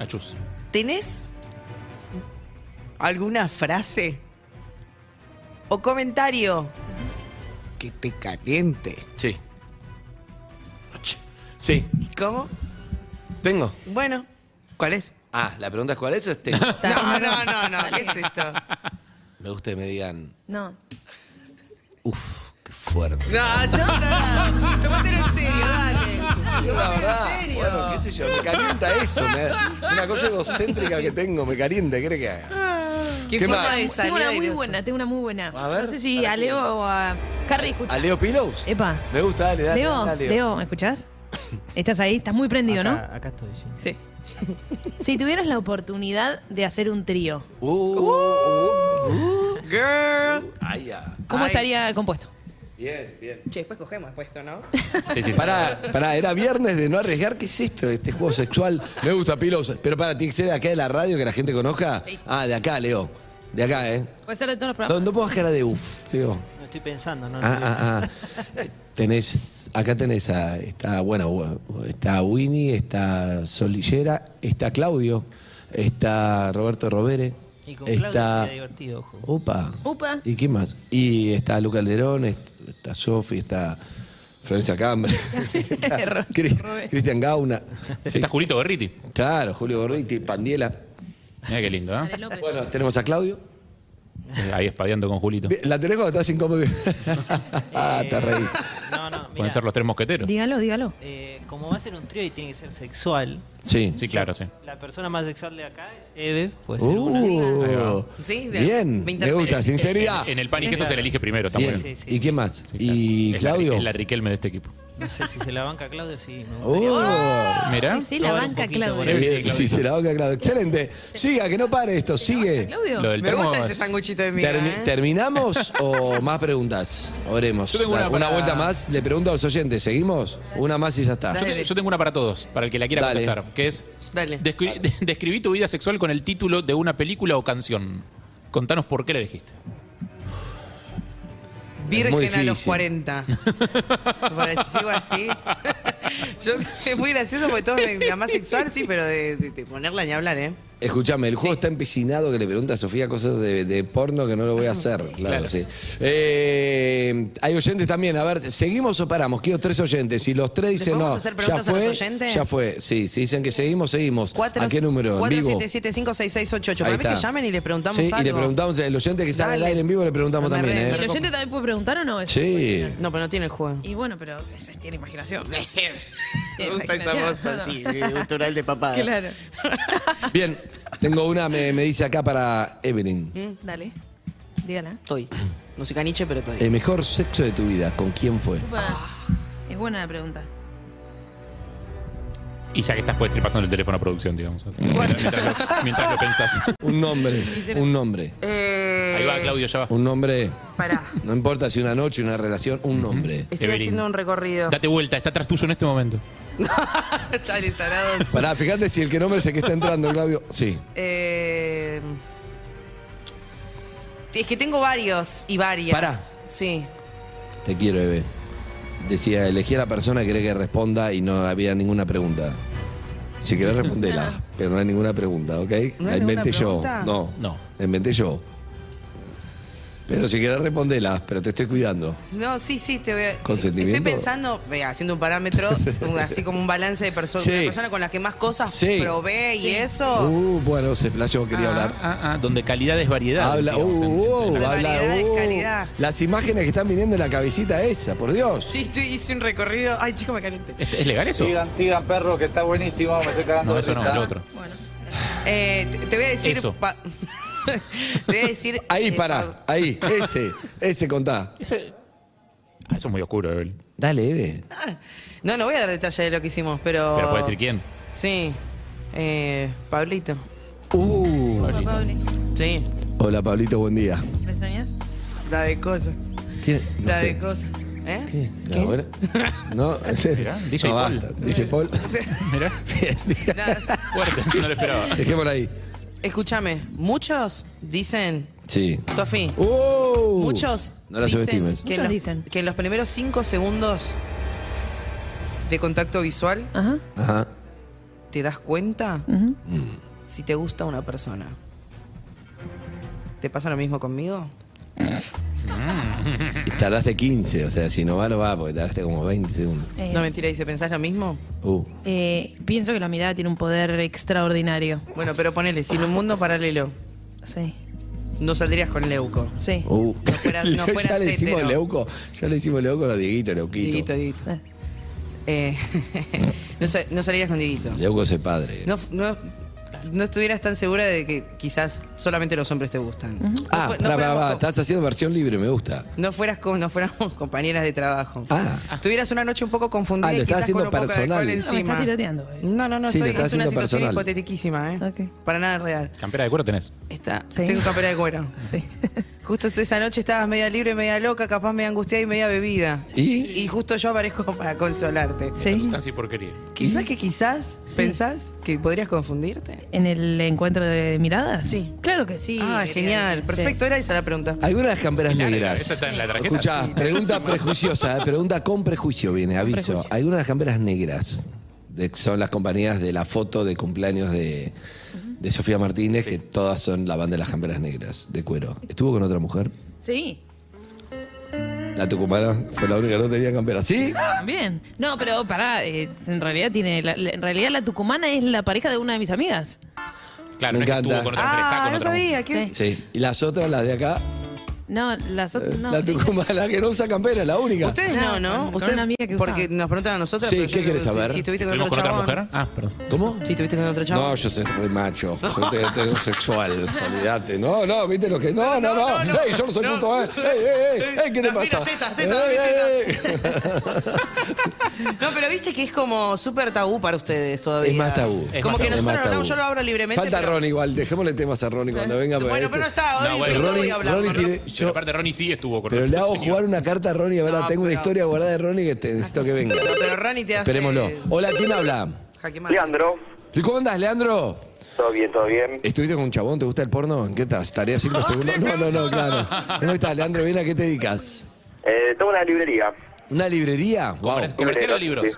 [SPEAKER 8] Achus.
[SPEAKER 7] ¿Tenés alguna frase o comentario que te caliente?
[SPEAKER 6] Sí. Sí,
[SPEAKER 7] ¿Cómo?
[SPEAKER 6] tengo.
[SPEAKER 7] Bueno, ¿cuál es?
[SPEAKER 6] Ah, la pregunta es cuál es o es tengo.
[SPEAKER 7] No, no, no, no, ¿qué es esto?
[SPEAKER 6] me gusta que me digan,
[SPEAKER 9] No.
[SPEAKER 6] uff, qué fuerte.
[SPEAKER 7] No, Sota, tomátelo en serio, dale.
[SPEAKER 6] La verdad,
[SPEAKER 7] ¿En serio?
[SPEAKER 6] bueno, qué sé yo, me calienta eso. me- es una cosa egocéntrica que tengo, me calienta, ¿qué ¿quiere que haga?
[SPEAKER 7] ¿Qué,
[SPEAKER 6] ¿Qué
[SPEAKER 7] forma
[SPEAKER 6] más?
[SPEAKER 7] de
[SPEAKER 9] Tengo una
[SPEAKER 7] salir
[SPEAKER 9] muy
[SPEAKER 7] airoso?
[SPEAKER 9] buena, tengo una muy buena.
[SPEAKER 6] A ver,
[SPEAKER 9] no sé si
[SPEAKER 6] ¿para
[SPEAKER 9] a Leo
[SPEAKER 6] quién?
[SPEAKER 9] o a Harry escuchás.
[SPEAKER 6] ¿A Leo Pillows?
[SPEAKER 9] Epa.
[SPEAKER 6] Me gusta, dale, dale.
[SPEAKER 9] Leo,
[SPEAKER 6] dale,
[SPEAKER 9] Leo, ¿me escuchás? Estás ahí, estás muy prendido, ¿no?
[SPEAKER 2] Acá estoy, sí.
[SPEAKER 9] Sí. si tuvieras la oportunidad de hacer un trío,
[SPEAKER 6] Uh, uh, uh, uh.
[SPEAKER 7] Girl.
[SPEAKER 6] Ay, ya.
[SPEAKER 9] ¿cómo
[SPEAKER 7] Ay.
[SPEAKER 9] estaría compuesto?
[SPEAKER 6] Bien, bien.
[SPEAKER 7] Che, después cogemos después esto, ¿no?
[SPEAKER 8] Sí, sí, sí.
[SPEAKER 6] Pará, pará, era viernes de no arriesgar. ¿Qué es esto? Este juego sexual. Me gusta, Pillows. Pero para, ¿tiene que ser de acá de la radio que la gente conozca? Ah, de acá, Leo. De acá, ¿eh?
[SPEAKER 9] Puede ser de todos los
[SPEAKER 6] No,
[SPEAKER 9] programas.
[SPEAKER 6] no puedo bajar a de uff, Leo.
[SPEAKER 2] No estoy pensando, ¿no?
[SPEAKER 6] Ah, ah, ah. Tenés, acá tenés a, está, bueno, está Winnie, está Solillera, está Claudio, está Roberto Robere,
[SPEAKER 2] Y con Claudio
[SPEAKER 6] está...
[SPEAKER 2] sería divertido, ojo.
[SPEAKER 6] Upa.
[SPEAKER 9] Upa.
[SPEAKER 6] ¿Y quién más? Y está Luca Alderón, est- está Sofi, está Florencia Cambre, está
[SPEAKER 9] Ro-
[SPEAKER 6] Cri-
[SPEAKER 9] Robere.
[SPEAKER 6] Cristian Gauna. Sí.
[SPEAKER 8] Está Julito Gorriti.
[SPEAKER 6] Claro, Julio Gorriti, Pandiela.
[SPEAKER 8] Mira qué lindo, ¿eh?
[SPEAKER 9] Ale López.
[SPEAKER 6] Bueno, tenemos a Claudio.
[SPEAKER 8] Eh, Ahí espadeando con Julito.
[SPEAKER 6] Bien, La tenés cuando estás incómodo. ah, te reí.
[SPEAKER 2] Eh, No, no,
[SPEAKER 8] Pueden
[SPEAKER 2] mira.
[SPEAKER 8] ser los tres mosqueteros.
[SPEAKER 9] Dígalo, dígalo.
[SPEAKER 2] eh, como va a ser un trío y tiene que ser sexual,
[SPEAKER 6] Sí.
[SPEAKER 8] Sí, claro, sí.
[SPEAKER 2] la persona más sexual de acá es Eve, puede ser una.
[SPEAKER 7] Ahí
[SPEAKER 6] Uh,
[SPEAKER 7] Sí, de-
[SPEAKER 6] bien,
[SPEAKER 7] me
[SPEAKER 6] me,
[SPEAKER 7] interpelé.
[SPEAKER 6] gusta, sinceridad.
[SPEAKER 8] En el pan y queso se le elige primero, está
[SPEAKER 6] Bien.
[SPEAKER 8] bueno.
[SPEAKER 2] Sí, sí.
[SPEAKER 6] ¿Y quién más?
[SPEAKER 8] Sí, claro.
[SPEAKER 6] ¿Y
[SPEAKER 8] Es la-
[SPEAKER 6] Claudio?
[SPEAKER 8] es la Riquelme de este equipo.
[SPEAKER 10] No sé si se la banca Claudio, sí. Me gustaría
[SPEAKER 6] Oh.
[SPEAKER 8] Mirá.
[SPEAKER 9] Sí, sí, la
[SPEAKER 10] Ahora un
[SPEAKER 9] banca,
[SPEAKER 10] poquito
[SPEAKER 9] Claudio.
[SPEAKER 10] por ahí.
[SPEAKER 6] Bien, sí, se la boca, claro. Excelente. Siga, que no pare esto, sigue.
[SPEAKER 9] Claudio.
[SPEAKER 8] Lo del
[SPEAKER 7] Me
[SPEAKER 8] termo.
[SPEAKER 7] gusta ese
[SPEAKER 8] es-
[SPEAKER 7] sanguchito de miga,
[SPEAKER 6] Termi-
[SPEAKER 7] ¿eh?
[SPEAKER 6] ¿Terminamos o más preguntas? Oremos.
[SPEAKER 8] Yo tengo
[SPEAKER 6] Da-
[SPEAKER 8] una para-
[SPEAKER 6] vuelta más. Le pregunto a los oyentes, ¿seguimos? Una más y ya está.
[SPEAKER 8] Yo, te- yo tengo una para todos, para el que la quiera
[SPEAKER 6] Dale.
[SPEAKER 8] contestar, que es
[SPEAKER 7] Dale.
[SPEAKER 8] descri- de- describí tu vida sexual con el título de una película o canción. Contanos por qué la elegiste.
[SPEAKER 6] muy
[SPEAKER 7] Virgen a los
[SPEAKER 6] difícil.
[SPEAKER 7] 40. Para- Sigo así. Yo, es muy gracioso porque todos me llaman sexual, sí, pero de, de- de ponerla ni hablar, ¿eh?
[SPEAKER 6] Escúchame, el juego está empecinado que le pregunta a Sofía cosas de, de porno que no lo voy
[SPEAKER 7] Ah,
[SPEAKER 6] a hacer. Claro,
[SPEAKER 8] Claro.
[SPEAKER 6] sí. Eh, hay oyentes también. A ver, ¿seguimos o paramos? Quiero tres oyentes. Si los tres
[SPEAKER 7] ¿Le
[SPEAKER 6] dicen
[SPEAKER 7] podemos
[SPEAKER 6] no,
[SPEAKER 7] hacer
[SPEAKER 6] ya
[SPEAKER 7] preguntas a
[SPEAKER 6] fue.
[SPEAKER 7] los oyentes?
[SPEAKER 6] Ya fue. Sí, si dicen que seguimos, seguimos.
[SPEAKER 7] Cuatro-
[SPEAKER 6] ¿A qué número? En vivo. Ahí
[SPEAKER 7] 47756688. Para mí
[SPEAKER 6] está.
[SPEAKER 7] que llamen y les preguntamos
[SPEAKER 6] Sí,
[SPEAKER 7] algo.
[SPEAKER 6] y le preguntamos, el oyente que sale al
[SPEAKER 7] Dale.
[SPEAKER 6] aire en vivo le preguntamos
[SPEAKER 7] No me
[SPEAKER 6] también,
[SPEAKER 7] re-
[SPEAKER 9] ¿El
[SPEAKER 6] ¿eh?
[SPEAKER 9] oyente también puede preguntar o no? Es-
[SPEAKER 6] Sí.
[SPEAKER 7] No, pero no tiene el juego.
[SPEAKER 9] Y bueno, pero es- tiene imaginación.
[SPEAKER 7] Me gusta esa
[SPEAKER 9] Imaginación,
[SPEAKER 7] voz
[SPEAKER 9] ¿no?
[SPEAKER 7] así.
[SPEAKER 10] cultural de papá.
[SPEAKER 9] Claro.
[SPEAKER 6] Bien, tengo una, me, me dice acá para Evelyn.
[SPEAKER 7] ¿Mm?
[SPEAKER 9] Dale. Dígala.
[SPEAKER 7] Estoy. No soy caniche, pero estoy.
[SPEAKER 6] El mejor sexo de tu vida, ¿con quién fue?
[SPEAKER 7] Ah.
[SPEAKER 9] Es buena la pregunta.
[SPEAKER 8] Y ya que estás, puedes ir pasando el teléfono a producción, digamos. Mientras lo, mientras lo pensás.
[SPEAKER 6] Un nombre, un nombre,
[SPEAKER 7] Eh,
[SPEAKER 8] Ahí va, Claudio, ya va.
[SPEAKER 6] un nombre.
[SPEAKER 7] Pará.
[SPEAKER 6] No importa si una noche, una relación, un nombre.
[SPEAKER 7] Estoy
[SPEAKER 8] Evelyn.
[SPEAKER 7] haciendo un recorrido.
[SPEAKER 8] Date vuelta, está atrás tuyo en este momento.
[SPEAKER 7] Dale, tarados.
[SPEAKER 6] Pará, fíjate si el que nombre es el que está entrando, Claudio. Sí.
[SPEAKER 7] Eh, es que tengo varios y varias.
[SPEAKER 6] Pará.
[SPEAKER 7] Sí.
[SPEAKER 6] Te quiero, Eve. Decía, elegí a la persona que cree que responda y no había ninguna pregunta. Si querés respondela, pero no hay ninguna pregunta, ¿ok?
[SPEAKER 7] ¿No
[SPEAKER 6] la
[SPEAKER 7] hay
[SPEAKER 6] inventé
[SPEAKER 7] ninguna
[SPEAKER 6] yo.
[SPEAKER 7] pregunta?
[SPEAKER 6] No,
[SPEAKER 8] No.
[SPEAKER 6] La inventé yo. Pero si querés respondela, pero te estoy cuidando.
[SPEAKER 7] No, sí, sí, te voy a.
[SPEAKER 6] ¿Consentimiento?
[SPEAKER 7] Estoy pensando, vea, haciendo un parámetro, un- así como un balance de personas.
[SPEAKER 6] Sí.
[SPEAKER 7] Una persona con la que más cosas
[SPEAKER 6] Sí.
[SPEAKER 7] probé y eso.
[SPEAKER 6] Uh, bueno, se playó, quería hablar.
[SPEAKER 8] Ah, ah, ah, donde calidad es variedad.
[SPEAKER 6] Habla,
[SPEAKER 8] digamos,
[SPEAKER 6] uh,
[SPEAKER 8] en-
[SPEAKER 6] uh,
[SPEAKER 8] en-
[SPEAKER 7] la
[SPEAKER 6] habla,
[SPEAKER 7] variedad es
[SPEAKER 6] uh.
[SPEAKER 7] calidad.
[SPEAKER 6] Las imágenes que están viniendo en la cabecita esa, por Dios.
[SPEAKER 7] Sí, estoy- hice un recorrido. Ay, chico, me calenté.
[SPEAKER 8] ¿Es, es legal eso?
[SPEAKER 2] sigan, perro, que está buenísimo. Me estoy cagando
[SPEAKER 8] No, eso no, el otro.
[SPEAKER 9] Bueno.
[SPEAKER 7] Eh, te, te voy a decir.
[SPEAKER 8] Eso.
[SPEAKER 7] pa- te voy a decir.
[SPEAKER 6] Ahí,
[SPEAKER 7] eh,
[SPEAKER 6] pará, ahí, ese, ese contá.
[SPEAKER 8] Eso, ah, eso es muy oscuro, Evelyn.
[SPEAKER 6] Dale, Eve.
[SPEAKER 7] No, no voy a dar detalle de lo que hicimos, pero.
[SPEAKER 8] Pero puedes decir quién.
[SPEAKER 7] Sí. Eh, Pablito.
[SPEAKER 6] Uh.
[SPEAKER 9] Hola, Pablo.
[SPEAKER 7] Sí.
[SPEAKER 6] Hola, Pablito, buen día.
[SPEAKER 9] ¿Me extrañas?
[SPEAKER 7] La de cosas.
[SPEAKER 6] ¿Qué? No
[SPEAKER 7] la
[SPEAKER 6] sé.
[SPEAKER 7] de cosas. ¿Eh?
[SPEAKER 6] ¿Qué? ¿Ahora? No,
[SPEAKER 8] Mirá, DJ
[SPEAKER 6] no
[SPEAKER 8] Paul.
[SPEAKER 6] basta. Dice Paul.
[SPEAKER 8] Mirá, fuerte, no lo esperaba.
[SPEAKER 6] Dejémosla ahí.
[SPEAKER 7] Escúchame, muchos dicen,
[SPEAKER 6] Sí.
[SPEAKER 7] Sofi,
[SPEAKER 6] Uh.
[SPEAKER 7] muchos
[SPEAKER 6] No la
[SPEAKER 7] dicen
[SPEAKER 6] subestimes.
[SPEAKER 7] Que,
[SPEAKER 9] Muchos
[SPEAKER 7] en los,
[SPEAKER 9] dicen.
[SPEAKER 7] que en los primeros cinco segundos de contacto visual
[SPEAKER 9] Ajá.
[SPEAKER 6] Ajá.
[SPEAKER 7] te das cuenta
[SPEAKER 9] ujú.
[SPEAKER 7] si te gusta una persona. ¿Te pasa lo mismo conmigo?
[SPEAKER 6] Y tardaste 15, o sea, si no va, no va, porque tardaste como 20 segundos.
[SPEAKER 9] Eh,
[SPEAKER 7] No, mentira, dice, ¿pensás lo mismo?
[SPEAKER 6] Uh.
[SPEAKER 9] eh, pienso que la mirada tiene un poder extraordinario.
[SPEAKER 7] Bueno, pero ponele, si en un mundo paralelo
[SPEAKER 9] Sí.
[SPEAKER 7] no saldrías con Leuco.
[SPEAKER 9] Sí.
[SPEAKER 8] Oh.
[SPEAKER 6] Uh.
[SPEAKER 7] No fuera- no fuera
[SPEAKER 6] ya le hicimos
[SPEAKER 7] hetero.
[SPEAKER 6] Leuco, ya le hicimos Leuco a Dieguito, Leuquito.
[SPEAKER 7] Dieguito, Dieguito.
[SPEAKER 9] Eh,
[SPEAKER 7] Eh, no, sa- no saldrías con Dieguito.
[SPEAKER 6] Leuco es el padre.
[SPEAKER 7] no, no, no estuvieras tan segura de que quizás solamente los hombres te gustan. No
[SPEAKER 6] ah,
[SPEAKER 7] fue- no,
[SPEAKER 6] pará, pará,
[SPEAKER 7] fuéramos
[SPEAKER 6] pará,
[SPEAKER 7] co-
[SPEAKER 6] estás haciendo versión libre, me gusta.
[SPEAKER 7] no fueras co- no fuéramos compañeras de trabajo.
[SPEAKER 6] Ah.
[SPEAKER 7] Tuvieras una noche un poco confundida
[SPEAKER 6] Ah, lo
[SPEAKER 7] y
[SPEAKER 6] estás
[SPEAKER 7] quizás
[SPEAKER 6] haciendo
[SPEAKER 7] con un poco de alcohol
[SPEAKER 6] personal. No, me
[SPEAKER 9] No, me
[SPEAKER 7] encima.
[SPEAKER 9] está tiroteando. eh.
[SPEAKER 8] Mm.
[SPEAKER 7] No, no, no,
[SPEAKER 6] Sí, lo
[SPEAKER 7] estoy, es una
[SPEAKER 6] estás haciendo
[SPEAKER 7] situación
[SPEAKER 6] personal.
[SPEAKER 7] hipotetiquísima, ¿eh?
[SPEAKER 9] Ok.
[SPEAKER 7] Para nada real.
[SPEAKER 8] Campera de cuero tenés.
[SPEAKER 7] Está,
[SPEAKER 9] Sí.
[SPEAKER 7] Tengo campera de cuero.
[SPEAKER 9] Sí.
[SPEAKER 7] Justo esa noche estabas media libre, media loca, capaz media angustiada y media bebida.
[SPEAKER 6] ¿Y?
[SPEAKER 7] Y justo yo aparezco para consolarte.
[SPEAKER 9] Sí.
[SPEAKER 8] Sustancia y porquería.
[SPEAKER 7] Quizás que quizás pensás que podrías confundirte.
[SPEAKER 9] ¿En el encuentro de miradas?
[SPEAKER 7] Sí.
[SPEAKER 9] Claro que sí.
[SPEAKER 7] ah,
[SPEAKER 9] quería-
[SPEAKER 7] genial.
[SPEAKER 9] sí.
[SPEAKER 7] Perfecto, era esa la pregunta.
[SPEAKER 6] Algunas camperas negras.
[SPEAKER 8] Esa está en la tarjeta.
[SPEAKER 6] Escuchá, pregunta prejuiciosa, eh, pregunta con prejuicio viene, aviso.
[SPEAKER 9] prejuicio.
[SPEAKER 6] Algunas camperas negras de- son las compañías de la foto de cumpleaños de, de Sofía Martínez, que todas son la banda de las camperas negras de cuero. ¿Estuvo con otra mujer?
[SPEAKER 9] Sí,
[SPEAKER 6] La tucumana fue la única que no tenía campera. ¿Sí?
[SPEAKER 9] también. No, pero pará, eh, en realidad tiene. la- la- en realidad la tucumana es la pareja de una de mis amigas.
[SPEAKER 8] Claro,
[SPEAKER 6] Me
[SPEAKER 8] no es que
[SPEAKER 6] encanta.
[SPEAKER 8] estuvo con otra mujer, está
[SPEAKER 7] Ah,
[SPEAKER 8] con
[SPEAKER 7] no
[SPEAKER 8] otra mujer.
[SPEAKER 7] sabía. ¿Qué?
[SPEAKER 9] Sí.
[SPEAKER 6] Sí. Y las otras, las de acá,
[SPEAKER 9] No, las otras no.
[SPEAKER 6] Eh, La tucumana que no usa campera, la única.
[SPEAKER 7] Ustedes no, ¿no?
[SPEAKER 9] con
[SPEAKER 7] Ustedes,
[SPEAKER 9] una amiga que
[SPEAKER 7] porque
[SPEAKER 9] usaba.
[SPEAKER 7] nos preguntan a nosotros.
[SPEAKER 6] Sí,
[SPEAKER 7] pero yo
[SPEAKER 6] ¿qué
[SPEAKER 7] creo
[SPEAKER 6] querés
[SPEAKER 7] que
[SPEAKER 6] saber?
[SPEAKER 7] Si, si estuviste con
[SPEAKER 8] ¿Estuvimos
[SPEAKER 7] otro
[SPEAKER 8] con otra
[SPEAKER 7] chabón.
[SPEAKER 8] mujer? Ah, perdón.
[SPEAKER 6] ¿Cómo?
[SPEAKER 7] Si estuviste con otro chabón.
[SPEAKER 6] No, yo soy re macho, soy te- heterosexual, olvídate. No, no, viste lo que. No, no,
[SPEAKER 7] No,
[SPEAKER 6] no.
[SPEAKER 7] no, no.
[SPEAKER 6] Ey, yo no soy
[SPEAKER 7] No.
[SPEAKER 6] puto, eh. Ey, ey, ey, ey, ¿qué te
[SPEAKER 7] Las
[SPEAKER 6] pasa?
[SPEAKER 7] tetas, tetas,
[SPEAKER 6] Ey, ey, ey.
[SPEAKER 7] No, pero viste que es como súper tabú para ustedes todavía.
[SPEAKER 6] Es más tabú.
[SPEAKER 8] Es
[SPEAKER 7] como
[SPEAKER 8] más
[SPEAKER 7] que
[SPEAKER 8] tabú.
[SPEAKER 6] Es más
[SPEAKER 7] nosotros lo
[SPEAKER 6] tabú.
[SPEAKER 7] hablamos, yo lo abro libremente.
[SPEAKER 6] Falta
[SPEAKER 7] pero-
[SPEAKER 6] Ronnie igual, dejémosle temas a Ronnie cuando venga. porque este-
[SPEAKER 7] Bueno,
[SPEAKER 6] esto-
[SPEAKER 7] pero no está hoy.
[SPEAKER 8] No,
[SPEAKER 7] pero
[SPEAKER 8] bueno,
[SPEAKER 7] no voy
[SPEAKER 6] Ronnie,
[SPEAKER 7] a hablar.
[SPEAKER 6] Ronnie
[SPEAKER 7] ¿no?
[SPEAKER 6] tiene.
[SPEAKER 8] Pero
[SPEAKER 6] Yo,
[SPEAKER 8] aparte Ronnie sí estuvo con
[SPEAKER 6] pero le
[SPEAKER 8] nosotros,
[SPEAKER 6] hago
[SPEAKER 8] señor.
[SPEAKER 6] jugar una carta a Ronnie, a ver,
[SPEAKER 7] No,
[SPEAKER 6] tengo una
[SPEAKER 7] pero-
[SPEAKER 6] historia guardada de Ronnie que te- necesito que venga.
[SPEAKER 7] No, pero Ronnie te hace-
[SPEAKER 6] Esperémoslo. Hola, ¿quién habla?
[SPEAKER 7] Jaque mate.
[SPEAKER 2] Leandro,
[SPEAKER 6] ¿Cómo andás, Leandro?
[SPEAKER 2] todo bien, todo bien.
[SPEAKER 6] ¿Estuviste con un chabón? ¿Te gusta el porno? ¿En qué estás? ¿Estaría cinco segundos? No, no, no, claro. ¿Cómo estás, Leandro? ¿Bien a qué te dedicas?
[SPEAKER 2] Eh, tengo una librería.
[SPEAKER 6] ¿Una librería? Wow.
[SPEAKER 8] Comer- Comercial de libros.
[SPEAKER 2] Sí.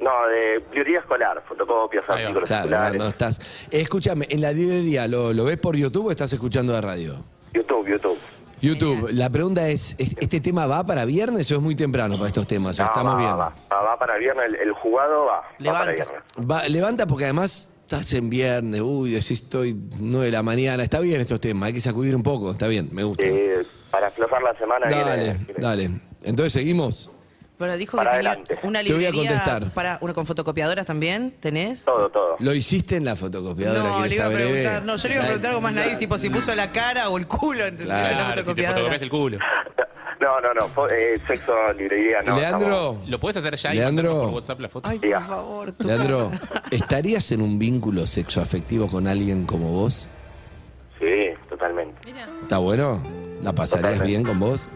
[SPEAKER 2] No, de librería escolar, fotocopias,
[SPEAKER 8] Ahí va.
[SPEAKER 2] artículos
[SPEAKER 6] Claro, no,
[SPEAKER 2] escolares.
[SPEAKER 6] no estás. Eh, Escúchame, ¿en la librería lo, lo ves por YouTube o estás escuchando de radio?
[SPEAKER 2] YouTube, YouTube.
[SPEAKER 6] YouTube, la pregunta es, ¿es- ¿este tema va para viernes o es muy temprano para estos temas? ¿O
[SPEAKER 2] No,
[SPEAKER 6] estamos
[SPEAKER 2] va,
[SPEAKER 6] bien?
[SPEAKER 2] Va, va, va para viernes, el, el jugado va, va
[SPEAKER 7] Levanta.
[SPEAKER 2] para viernes.
[SPEAKER 6] Va, levanta porque además estás en viernes, uy, decís estoy 9 de la mañana, está bien estos temas, hay que sacudir un poco, está bien, me gusta.
[SPEAKER 2] Eh, para aflojar la semana
[SPEAKER 6] dale,
[SPEAKER 2] viene- viene-
[SPEAKER 6] dale. Entonces seguimos.
[SPEAKER 7] Pero dijo
[SPEAKER 2] Para
[SPEAKER 7] que tenía
[SPEAKER 2] adelante.
[SPEAKER 7] una
[SPEAKER 6] Te voy a
[SPEAKER 7] librería.
[SPEAKER 6] contestar.
[SPEAKER 7] Para, una con fotocopiadoras también, ¿tenés?
[SPEAKER 2] Todo, todo.
[SPEAKER 6] ¿Lo hiciste en la fotocopiadora?
[SPEAKER 7] No,
[SPEAKER 6] ¿Querés
[SPEAKER 7] le iba a
[SPEAKER 6] saber, eh?
[SPEAKER 7] preguntar. No, yo le iba a preguntar algo más nadie, tipo si puso la cara o el culo, ¿entendés?
[SPEAKER 6] Claro,
[SPEAKER 7] en la
[SPEAKER 8] Claro, si te
[SPEAKER 7] fotocopiadora.
[SPEAKER 8] fotocopiaste el culo.
[SPEAKER 2] No, no, no, fo- eh, sexo, librería, no.
[SPEAKER 6] Leandro,
[SPEAKER 8] ¿Lo puedes hacer ya y
[SPEAKER 6] Leandro.
[SPEAKER 8] mandarnos por WhatsApp la foto?
[SPEAKER 7] Ay,
[SPEAKER 2] Ya.
[SPEAKER 7] por favor, tú.
[SPEAKER 6] Leandro, ¿estarías en un vínculo sexoafectivo con alguien como vos?
[SPEAKER 2] estamos- Sí, totalmente.
[SPEAKER 6] ¿Está bueno? ¿La pasarías
[SPEAKER 2] Totalmente.
[SPEAKER 6] bien con vos?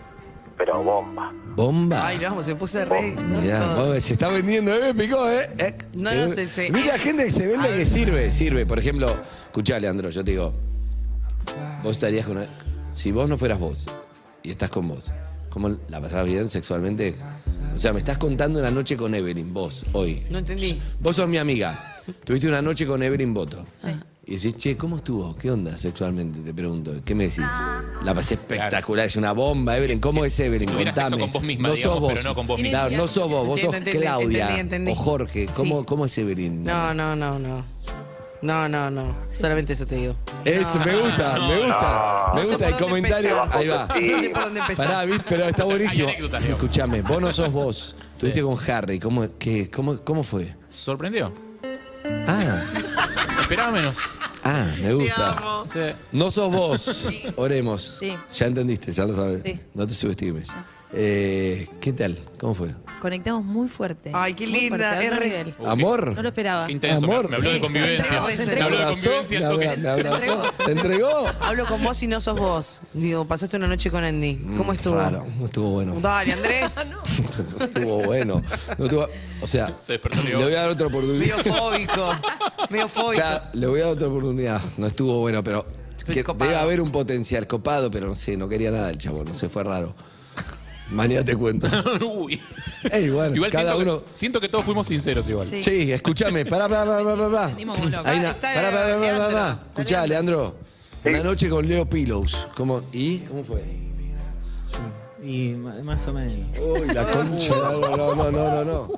[SPEAKER 2] Pero bomba.
[SPEAKER 6] ¿Bomba?
[SPEAKER 7] Ay, vamos, se puso re.
[SPEAKER 6] Mirá, vos, se está vendiendo, ¿eh? Me picó, ¿eh? Eh,
[SPEAKER 7] No,
[SPEAKER 6] eh,
[SPEAKER 7] no, se- se-
[SPEAKER 6] Mira,
[SPEAKER 7] eh.
[SPEAKER 6] gente que se vende que sirve, sirve. Por ejemplo, escuchá, Leandro, yo te digo, vos estarías con... una- Si vos no fueras vos y estás con vos, ¿cómo la pasás bien sexualmente? O sea, me estás contando una noche con Evelyn, vos, hoy.
[SPEAKER 7] No entendí.
[SPEAKER 6] Vos sos mi amiga. Tuviste una noche con Evelyn Boto. Y decís, che, ¿cómo estuvo? ¿Qué onda sexualmente? Te pregunto. ¿Qué me decís? La pasé espectacular, es una bomba, Evelyn. ¿Cómo
[SPEAKER 8] Sí,
[SPEAKER 6] es Evelyn?
[SPEAKER 8] si tuviera
[SPEAKER 6] Contame.
[SPEAKER 8] sexo con vos misma,
[SPEAKER 6] no
[SPEAKER 8] digamos,
[SPEAKER 6] sos vos.
[SPEAKER 8] pero no con vos
[SPEAKER 9] misma.
[SPEAKER 6] Claro, no sos vos, vos sos
[SPEAKER 7] Entiendo, entendí,
[SPEAKER 6] Claudia
[SPEAKER 7] entendí, entendí.
[SPEAKER 6] o Jorge. ¿Cómo,
[SPEAKER 7] Sí.
[SPEAKER 6] ¿Cómo es Evelyn?
[SPEAKER 7] No, no, no, no. No, no, no. Solamente eso te digo.
[SPEAKER 6] Es, me gusta, me gusta,
[SPEAKER 2] No.
[SPEAKER 6] me
[SPEAKER 7] No
[SPEAKER 6] gusta
[SPEAKER 7] sé por
[SPEAKER 6] el
[SPEAKER 7] dónde
[SPEAKER 6] comentario.
[SPEAKER 7] empezar.
[SPEAKER 6] Ahí va.
[SPEAKER 2] Sí.
[SPEAKER 7] No sé por dónde empezar.
[SPEAKER 6] Pará, ¿viste? pero está
[SPEAKER 8] O sea, hay
[SPEAKER 6] buenísimo.
[SPEAKER 8] anécdotas, digamos.
[SPEAKER 6] Escuchame, vos no sos vos. Estuviste con Harry. ¿Cómo, qué, cómo, ¿Cómo fue?
[SPEAKER 8] ¿Sorprendió?
[SPEAKER 6] Ah,
[SPEAKER 8] Esperaba menos.
[SPEAKER 6] ah, me gusta.
[SPEAKER 8] Sí.
[SPEAKER 6] No sos vos. Oremos.
[SPEAKER 9] Sí.
[SPEAKER 6] Ya entendiste, ya lo sabes.
[SPEAKER 9] Sí.
[SPEAKER 6] No te subestimes. Eh, ¿Qué tal? ¿Cómo fue?
[SPEAKER 9] Conectamos muy fuerte.
[SPEAKER 7] Ay, qué
[SPEAKER 9] Muy
[SPEAKER 7] linda,
[SPEAKER 9] fuerte, a
[SPEAKER 7] es
[SPEAKER 9] otro
[SPEAKER 7] re-
[SPEAKER 9] nivel.
[SPEAKER 8] Uh,
[SPEAKER 6] Amor.
[SPEAKER 9] No lo esperaba.
[SPEAKER 8] Qué intenso. me-
[SPEAKER 6] Amor.
[SPEAKER 8] Me habló de
[SPEAKER 9] Sí.
[SPEAKER 8] convivencia.
[SPEAKER 9] Se
[SPEAKER 8] Me
[SPEAKER 9] entregó.
[SPEAKER 8] habló de
[SPEAKER 6] abrazó,
[SPEAKER 8] convivencia
[SPEAKER 6] me,
[SPEAKER 8] al
[SPEAKER 6] abra-
[SPEAKER 8] toque.
[SPEAKER 6] me abrazó, se entregó.
[SPEAKER 7] Hablo con vos y no sos vos. Digo, pasaste una noche con Andy. ¿Cómo estuvo?
[SPEAKER 6] Claro, Mm, no estuvo bueno.
[SPEAKER 7] Dale, Andrés.
[SPEAKER 6] No estuvo bueno. No estuvo- o sea,
[SPEAKER 8] Se despertó
[SPEAKER 6] le
[SPEAKER 8] Leo.
[SPEAKER 6] voy a dar otra oportunidad.
[SPEAKER 7] Medio fóbico. Medio fóbico.
[SPEAKER 6] Claro, le voy a dar otra oportunidad. No estuvo bueno, pero que
[SPEAKER 7] Copado.
[SPEAKER 6] debe haber un potencial copado, pero no sé, no quería nada el chabón, no sé, fue raro. Mañana te cuento.
[SPEAKER 8] Uy.
[SPEAKER 6] Ey, bueno,
[SPEAKER 8] Igual
[SPEAKER 6] cada
[SPEAKER 8] siento,
[SPEAKER 6] uno.
[SPEAKER 8] que, siento que todos fuimos sinceros igual.
[SPEAKER 9] Sí.
[SPEAKER 6] Sí, escúchame, pará, pará, pará, pará, pará.
[SPEAKER 9] Venimos con loco.
[SPEAKER 6] Hay una-
[SPEAKER 7] Está
[SPEAKER 6] pará, pará, pará, pará,
[SPEAKER 7] Leandro.
[SPEAKER 6] pará. Escuchá, Leandro. Una noche con Leo Pillows. ¿Cómo? ¿Y? ¿Cómo fue?
[SPEAKER 10] Y ma- más o menos.
[SPEAKER 6] Uy, la concha. No, no, no, no, no, no.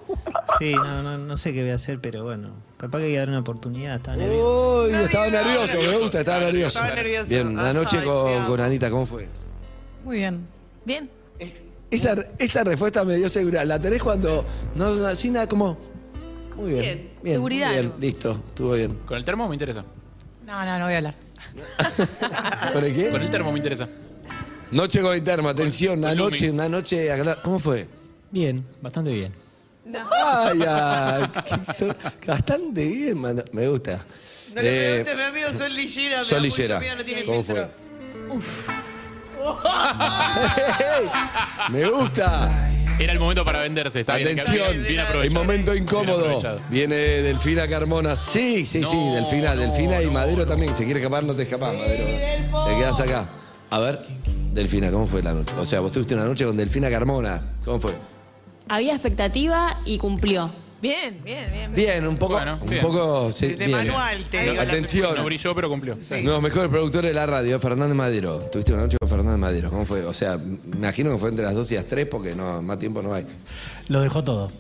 [SPEAKER 10] Sí, no, no, no sé qué voy a hacer, pero bueno. Capaz que hay que dar una oportunidad. Está
[SPEAKER 7] Oh.
[SPEAKER 10] nervioso.
[SPEAKER 6] Uy, estaba nervioso, me gusta, estaba nervioso.
[SPEAKER 7] Estaba nervioso.
[SPEAKER 6] Bien, la noche
[SPEAKER 7] Ay, te
[SPEAKER 6] con,
[SPEAKER 7] amo.
[SPEAKER 6] con Anita, ¿cómo fue?
[SPEAKER 11] Muy bien.
[SPEAKER 9] Bien.
[SPEAKER 6] Esa, esa respuesta me dio seguridad. La tenés cuando. No, no, así nada, como. Muy bien.
[SPEAKER 7] Bien,
[SPEAKER 6] bien
[SPEAKER 9] seguridad
[SPEAKER 6] muy bien,
[SPEAKER 9] algo.
[SPEAKER 6] listo, estuvo bien.
[SPEAKER 8] Con el termo me interesa.
[SPEAKER 11] No, no, no voy a hablar.
[SPEAKER 6] ¿Por qué?
[SPEAKER 8] Con el termo me interesa.
[SPEAKER 6] Noche con el termo, atención, una
[SPEAKER 8] con Lumi.
[SPEAKER 6] noche, una noche. agra- ¿Cómo fue?
[SPEAKER 10] Bien, bastante bien.
[SPEAKER 6] Ay, ay, qué so- bastante bien, mano. Me gusta.
[SPEAKER 7] No le
[SPEAKER 6] Eh,
[SPEAKER 7] preguntes, mi amigo Sol Lillera. me da
[SPEAKER 6] Sol
[SPEAKER 7] mucho
[SPEAKER 6] Lillera.
[SPEAKER 7] miedo, no tiene
[SPEAKER 6] ¿Cómo
[SPEAKER 7] filtro.
[SPEAKER 6] fue? me gusta.
[SPEAKER 8] Era el momento para venderse. Está bien,
[SPEAKER 6] Atención,
[SPEAKER 8] bien, bien
[SPEAKER 6] el
[SPEAKER 8] aprovechado.
[SPEAKER 6] momento
[SPEAKER 8] Bien
[SPEAKER 6] incómodo.
[SPEAKER 8] aprovechado.
[SPEAKER 6] Viene Delfina Carmona. Sí, sí, sí,
[SPEAKER 8] No,
[SPEAKER 6] Delfina,
[SPEAKER 8] no,
[SPEAKER 6] Delfina y
[SPEAKER 8] no,
[SPEAKER 6] Madero
[SPEAKER 8] no.
[SPEAKER 6] también. Si quiere escapar, no te escapás, Madero. Te quedás acá. A ver, Delfina, ¿cómo fue la noche? O sea, vos tuviste una noche con Delfina Carmona. ¿Cómo fue?
[SPEAKER 11] Había expectativa y cumplió.
[SPEAKER 9] Bien, bien, bien.
[SPEAKER 6] Bien, un poco.
[SPEAKER 8] Bueno,
[SPEAKER 6] un
[SPEAKER 8] bien.
[SPEAKER 6] poco. sí,
[SPEAKER 7] De
[SPEAKER 6] bien.
[SPEAKER 7] manual, te digo. la
[SPEAKER 6] Atención.
[SPEAKER 8] No brilló, pero cumplió.
[SPEAKER 6] Los mejores productores de la radio, Fernández Madero. Tuviste una noche con Fernández Madero. ¿Cómo fue? O sea, me imagino que fue entre las 2 y las 3 porque no, más tiempo no hay.
[SPEAKER 10] Lo dejó todo.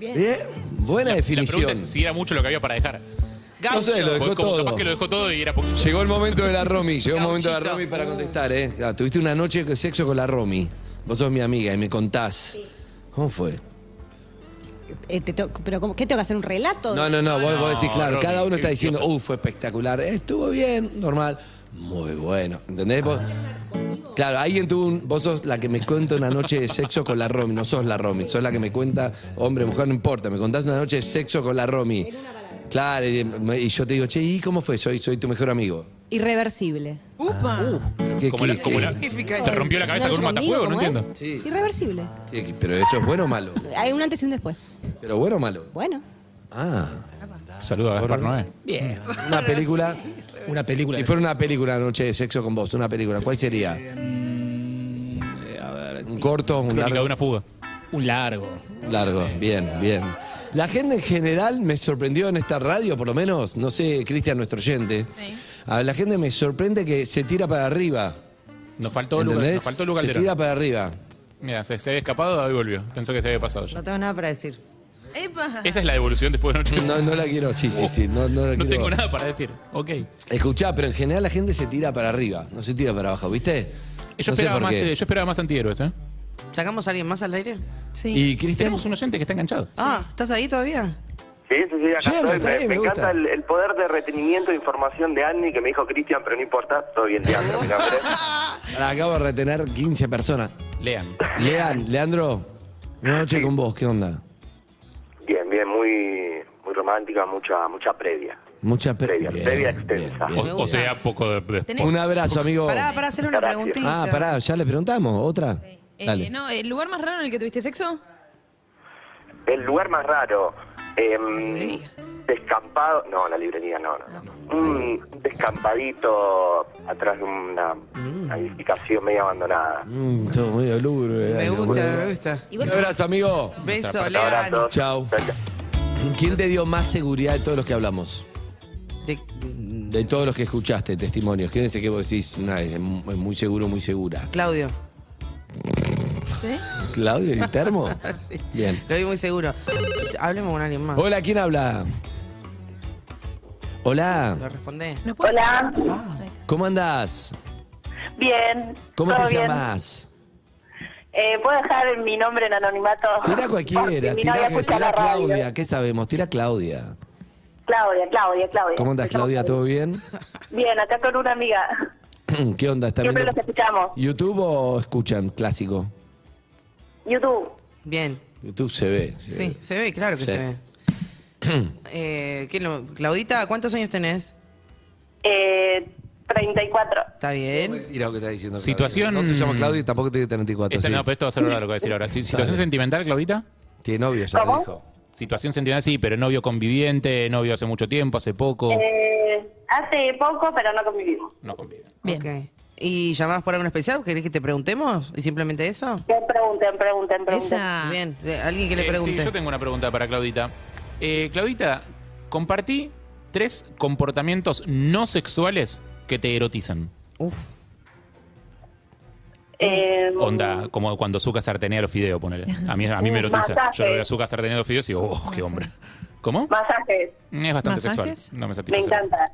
[SPEAKER 6] Bien. Buena
[SPEAKER 8] La
[SPEAKER 6] definición.
[SPEAKER 8] pregunta es si era mucho lo que había para dejar.
[SPEAKER 6] No sé, lo dejó
[SPEAKER 8] Pues como
[SPEAKER 6] todo.
[SPEAKER 8] Capaz que lo dejó todo y era poquito.
[SPEAKER 6] Llegó el momento de la Romy, llegó el momento de la
[SPEAKER 8] Gauchito.
[SPEAKER 6] Romy para contestar, ¿eh? Ah, tuviste una noche de sexo con la Romy. Vos sos mi amiga y me contás. ¿Cómo fue?
[SPEAKER 12] Eh, te to- ¿Pero cómo- qué tengo que hacer? ¿Un relato?
[SPEAKER 6] No, no, no, vos,
[SPEAKER 12] No,
[SPEAKER 6] vos decís, claro,
[SPEAKER 12] Romy,
[SPEAKER 6] cada uno está
[SPEAKER 12] qué
[SPEAKER 6] diciendo,
[SPEAKER 12] viciosa.
[SPEAKER 6] uh, fue espectacular, eh, estuvo bien, normal, muy bueno, ¿entendés? Vos- claro, alguien tuvo un, vos sos la que me cuenta una noche de sexo con la Romy, no sos la Romy, sos la que me cuenta, hombre, mujer, no importa, me contás una noche de sexo con la Romy. Claro, y, y yo te digo, che, ¿y cómo fue? Soy, soy tu mejor amigo.
[SPEAKER 12] Irreversible.
[SPEAKER 9] ¡Upa!
[SPEAKER 6] ¿Qué-
[SPEAKER 8] Como
[SPEAKER 6] qué-
[SPEAKER 8] la- como
[SPEAKER 6] qué-
[SPEAKER 8] la- te rompió la cabeza con un matafuego, no entiendo.
[SPEAKER 6] Sí.
[SPEAKER 12] Irreversible.
[SPEAKER 6] ¿Qué- ¿Pero eso es bueno o malo?
[SPEAKER 12] Hay un antes y un después.
[SPEAKER 6] ¿Pero bueno o malo?
[SPEAKER 12] Bueno.
[SPEAKER 6] Ah.
[SPEAKER 8] Saludos a Gaspar Noé.
[SPEAKER 6] Bien. Una película. Una película. Si fuera una película la noche de sexo con vos, una película, ¿cuál sería? Un corto, un largo.
[SPEAKER 8] una fuga.
[SPEAKER 6] Un largo. Largo, bien, bien. La gente en general me sorprendió en esta radio, por lo menos, no sé, Cristian, nuestro oyente. A la gente me sorprende que se tira para arriba.
[SPEAKER 8] Nos faltó Luca-
[SPEAKER 6] ¿entendés?
[SPEAKER 8] nos faltó Luca
[SPEAKER 6] Se
[SPEAKER 8] Calderón.
[SPEAKER 6] tira para arriba.
[SPEAKER 8] Mira, se, se había escapado y volvió. Pensó que se había pasado ya.
[SPEAKER 7] No tengo nada para decir.
[SPEAKER 9] ¡Epa!
[SPEAKER 8] Esa es la devolución después de noche.
[SPEAKER 6] No, no la quiero, sí, sí, sí. No, no la
[SPEAKER 8] No
[SPEAKER 6] quiero.
[SPEAKER 8] tengo nada para decir. Ok.
[SPEAKER 6] Escuchá, pero en general la gente se tira para arriba, no se tira para abajo, ¿viste?
[SPEAKER 8] Yo,
[SPEAKER 6] No sé
[SPEAKER 8] esperaba
[SPEAKER 6] por
[SPEAKER 8] más,
[SPEAKER 6] qué.
[SPEAKER 8] eh, yo esperaba más antihéroes, ¿eh?
[SPEAKER 7] ¿Sacamos a alguien más al aire?
[SPEAKER 9] Sí.
[SPEAKER 6] Y Cristian.
[SPEAKER 8] Tenemos un oyente que está enganchado.
[SPEAKER 7] Ah, ¿estás ahí todavía?
[SPEAKER 13] Sí, sí, sí, acá
[SPEAKER 7] Sí,
[SPEAKER 13] estoy.
[SPEAKER 7] me
[SPEAKER 13] me,
[SPEAKER 7] está bien,
[SPEAKER 13] me
[SPEAKER 7] me gusta.
[SPEAKER 13] encanta el, el poder de retenimiento de información de Andy que me dijo Cristian, pero no importa, todo bien, Leandro, mi nombre.
[SPEAKER 6] Ahora acabo de retener 15 personas.
[SPEAKER 8] Lean.
[SPEAKER 6] Lean, Leandro, una noche con vos, ¿qué onda?
[SPEAKER 13] Bien, bien, muy muy romántica, mucha mucha previa.
[SPEAKER 6] Mucha previa.
[SPEAKER 13] previa extensa.
[SPEAKER 8] O, o sea, poco de, de-
[SPEAKER 9] Tenés- eh,
[SPEAKER 6] Un abrazo, amigo.
[SPEAKER 9] Pará, pará, hacerle una Gracias. preguntita.
[SPEAKER 6] Oh. Ah, pará, ya le preguntamos, otra.
[SPEAKER 9] Eh,
[SPEAKER 6] Dale.
[SPEAKER 9] no, ¿El lugar más raro en el que tuviste sexo?
[SPEAKER 13] El lugar más raro. em, descampado. No, la librería no, no, no. Un descampadito atrás de una
[SPEAKER 10] Mm.
[SPEAKER 13] edificación medio abandonada.
[SPEAKER 6] Mm, todo medio lúgubre. Me gusta,
[SPEAKER 7] me gusta.
[SPEAKER 6] Un abrazo, amigo.
[SPEAKER 7] Beso, Un abrazo. Lean.
[SPEAKER 6] Chao. ¿Quién te dio más seguridad de todos los que hablamos?
[SPEAKER 7] De,
[SPEAKER 6] todos los que escuchaste, testimonios. ¿Quién es el que vos decís? Nah, es mu- es muy seguro, muy segura.
[SPEAKER 7] Claudio.
[SPEAKER 9] ¿Sí?
[SPEAKER 6] ¿Claudio y Termo?
[SPEAKER 7] sí.
[SPEAKER 6] Bien.
[SPEAKER 7] Lo vi muy seguro. Hablemos con alguien más.
[SPEAKER 6] Hola, ¿quién habla? Hola,
[SPEAKER 7] Lo respondé.
[SPEAKER 14] Hola,
[SPEAKER 6] ¿cómo andás?
[SPEAKER 14] bien.
[SPEAKER 6] ¿Cómo
[SPEAKER 14] todo
[SPEAKER 6] te
[SPEAKER 14] bien.
[SPEAKER 6] llamás?
[SPEAKER 14] Eh, ¿Puedo dejar mi nombre en anonimato?
[SPEAKER 6] Tira
[SPEAKER 14] Porque
[SPEAKER 6] cualquiera,
[SPEAKER 14] mi
[SPEAKER 6] tira,
[SPEAKER 14] novia escucha
[SPEAKER 6] tira
[SPEAKER 14] la radio.
[SPEAKER 6] Claudia, ¿qué sabemos? Tira Claudia.
[SPEAKER 14] Claudia, Claudia, Claudia.
[SPEAKER 6] ¿Cómo andás, Claudia? ¿Todo bien?
[SPEAKER 14] Bien, acá con una amiga.
[SPEAKER 6] ¿Qué onda? ¿Estás
[SPEAKER 14] Siempre
[SPEAKER 6] viendo
[SPEAKER 14] los escuchamos.
[SPEAKER 6] YouTube o escuchan clásico?
[SPEAKER 14] YouTube.
[SPEAKER 7] Bien.
[SPEAKER 6] YouTube se ve. se
[SPEAKER 7] Sí,
[SPEAKER 6] ve.
[SPEAKER 7] se ve, claro que
[SPEAKER 6] Sí.
[SPEAKER 7] se ve. Eh, ¿qué lo- Claudita, ¿cuántos años tenés?
[SPEAKER 14] Eh, 34.
[SPEAKER 7] ¿Está bien?
[SPEAKER 6] Mira lo que está diciendo. Claudia.
[SPEAKER 8] Situación-
[SPEAKER 6] No se llama Claudia y tampoco tiene 34.
[SPEAKER 8] Esta
[SPEAKER 6] sí.
[SPEAKER 8] no, pero esto va a ser ahora lo que voy a decir ahora. Si- ¿Situación sentimental, Claudita?
[SPEAKER 6] Tiene novio, ya lo dijo.
[SPEAKER 8] Situación sentimental, sí, pero novio conviviente, novio hace mucho tiempo, hace poco.
[SPEAKER 14] Eh, hace poco, pero no convivimos.
[SPEAKER 8] No convive.
[SPEAKER 9] Bien.
[SPEAKER 7] ¿Y llamás por algo en especial? ¿Querés que te preguntemos? ¿Y simplemente eso?
[SPEAKER 14] Que pregunten, pregunten, pregunten.
[SPEAKER 7] Bien, eh, alguien que le
[SPEAKER 8] Eh,
[SPEAKER 7] pregunte.
[SPEAKER 8] sí, yo tengo una pregunta para Claudita. Eh, Claudita, compartí tres comportamientos no sexuales que te erotizan.
[SPEAKER 7] Uf.
[SPEAKER 14] Eh,
[SPEAKER 8] Onda, como cuando Zucca sartenea los fideos, ponele. A mí, a mí me
[SPEAKER 14] Uh,
[SPEAKER 8] erotiza.
[SPEAKER 14] masajes.
[SPEAKER 8] Yo lo veo a Zucca sartenea los fideos y digo, oh, qué hombre. ¿Cómo?
[SPEAKER 14] Masajes.
[SPEAKER 8] Es bastante
[SPEAKER 9] ¿Masajes?
[SPEAKER 8] sexual. No me
[SPEAKER 14] Me
[SPEAKER 8] satisface.
[SPEAKER 14] encanta.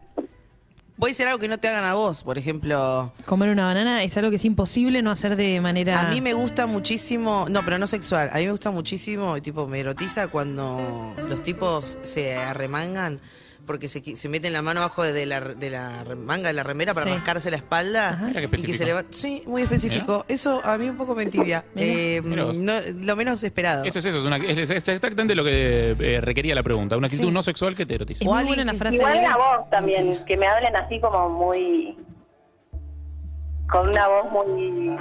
[SPEAKER 7] Voy a hacer algo que no te hagan a vos, por ejemplo.
[SPEAKER 9] Comer una banana es algo que es imposible no hacer de manera...
[SPEAKER 7] A mí me gusta muchísimo, no, pero no sexual. A mí me gusta muchísimo, tipo, me erotiza cuando los tipos se arremangan porque se, qui- se meten la mano abajo de la, de la re- manga de la remera para
[SPEAKER 9] Sí.
[SPEAKER 7] rascarse la espalda
[SPEAKER 8] Mira qué
[SPEAKER 7] y que se
[SPEAKER 8] específico.
[SPEAKER 7] leva- Sí, muy específico. Eso a mí un poco me entibia. Eh,
[SPEAKER 8] Mirá vos.
[SPEAKER 7] no- lo menos esperado.
[SPEAKER 8] Eso es eso, es, una- es- es exactamente lo que eh, requería la pregunta. Una actitud
[SPEAKER 7] Sí.
[SPEAKER 8] no sexual que te erotiza.
[SPEAKER 14] Igual la voz también, que me hablen así como muy... Con una voz muy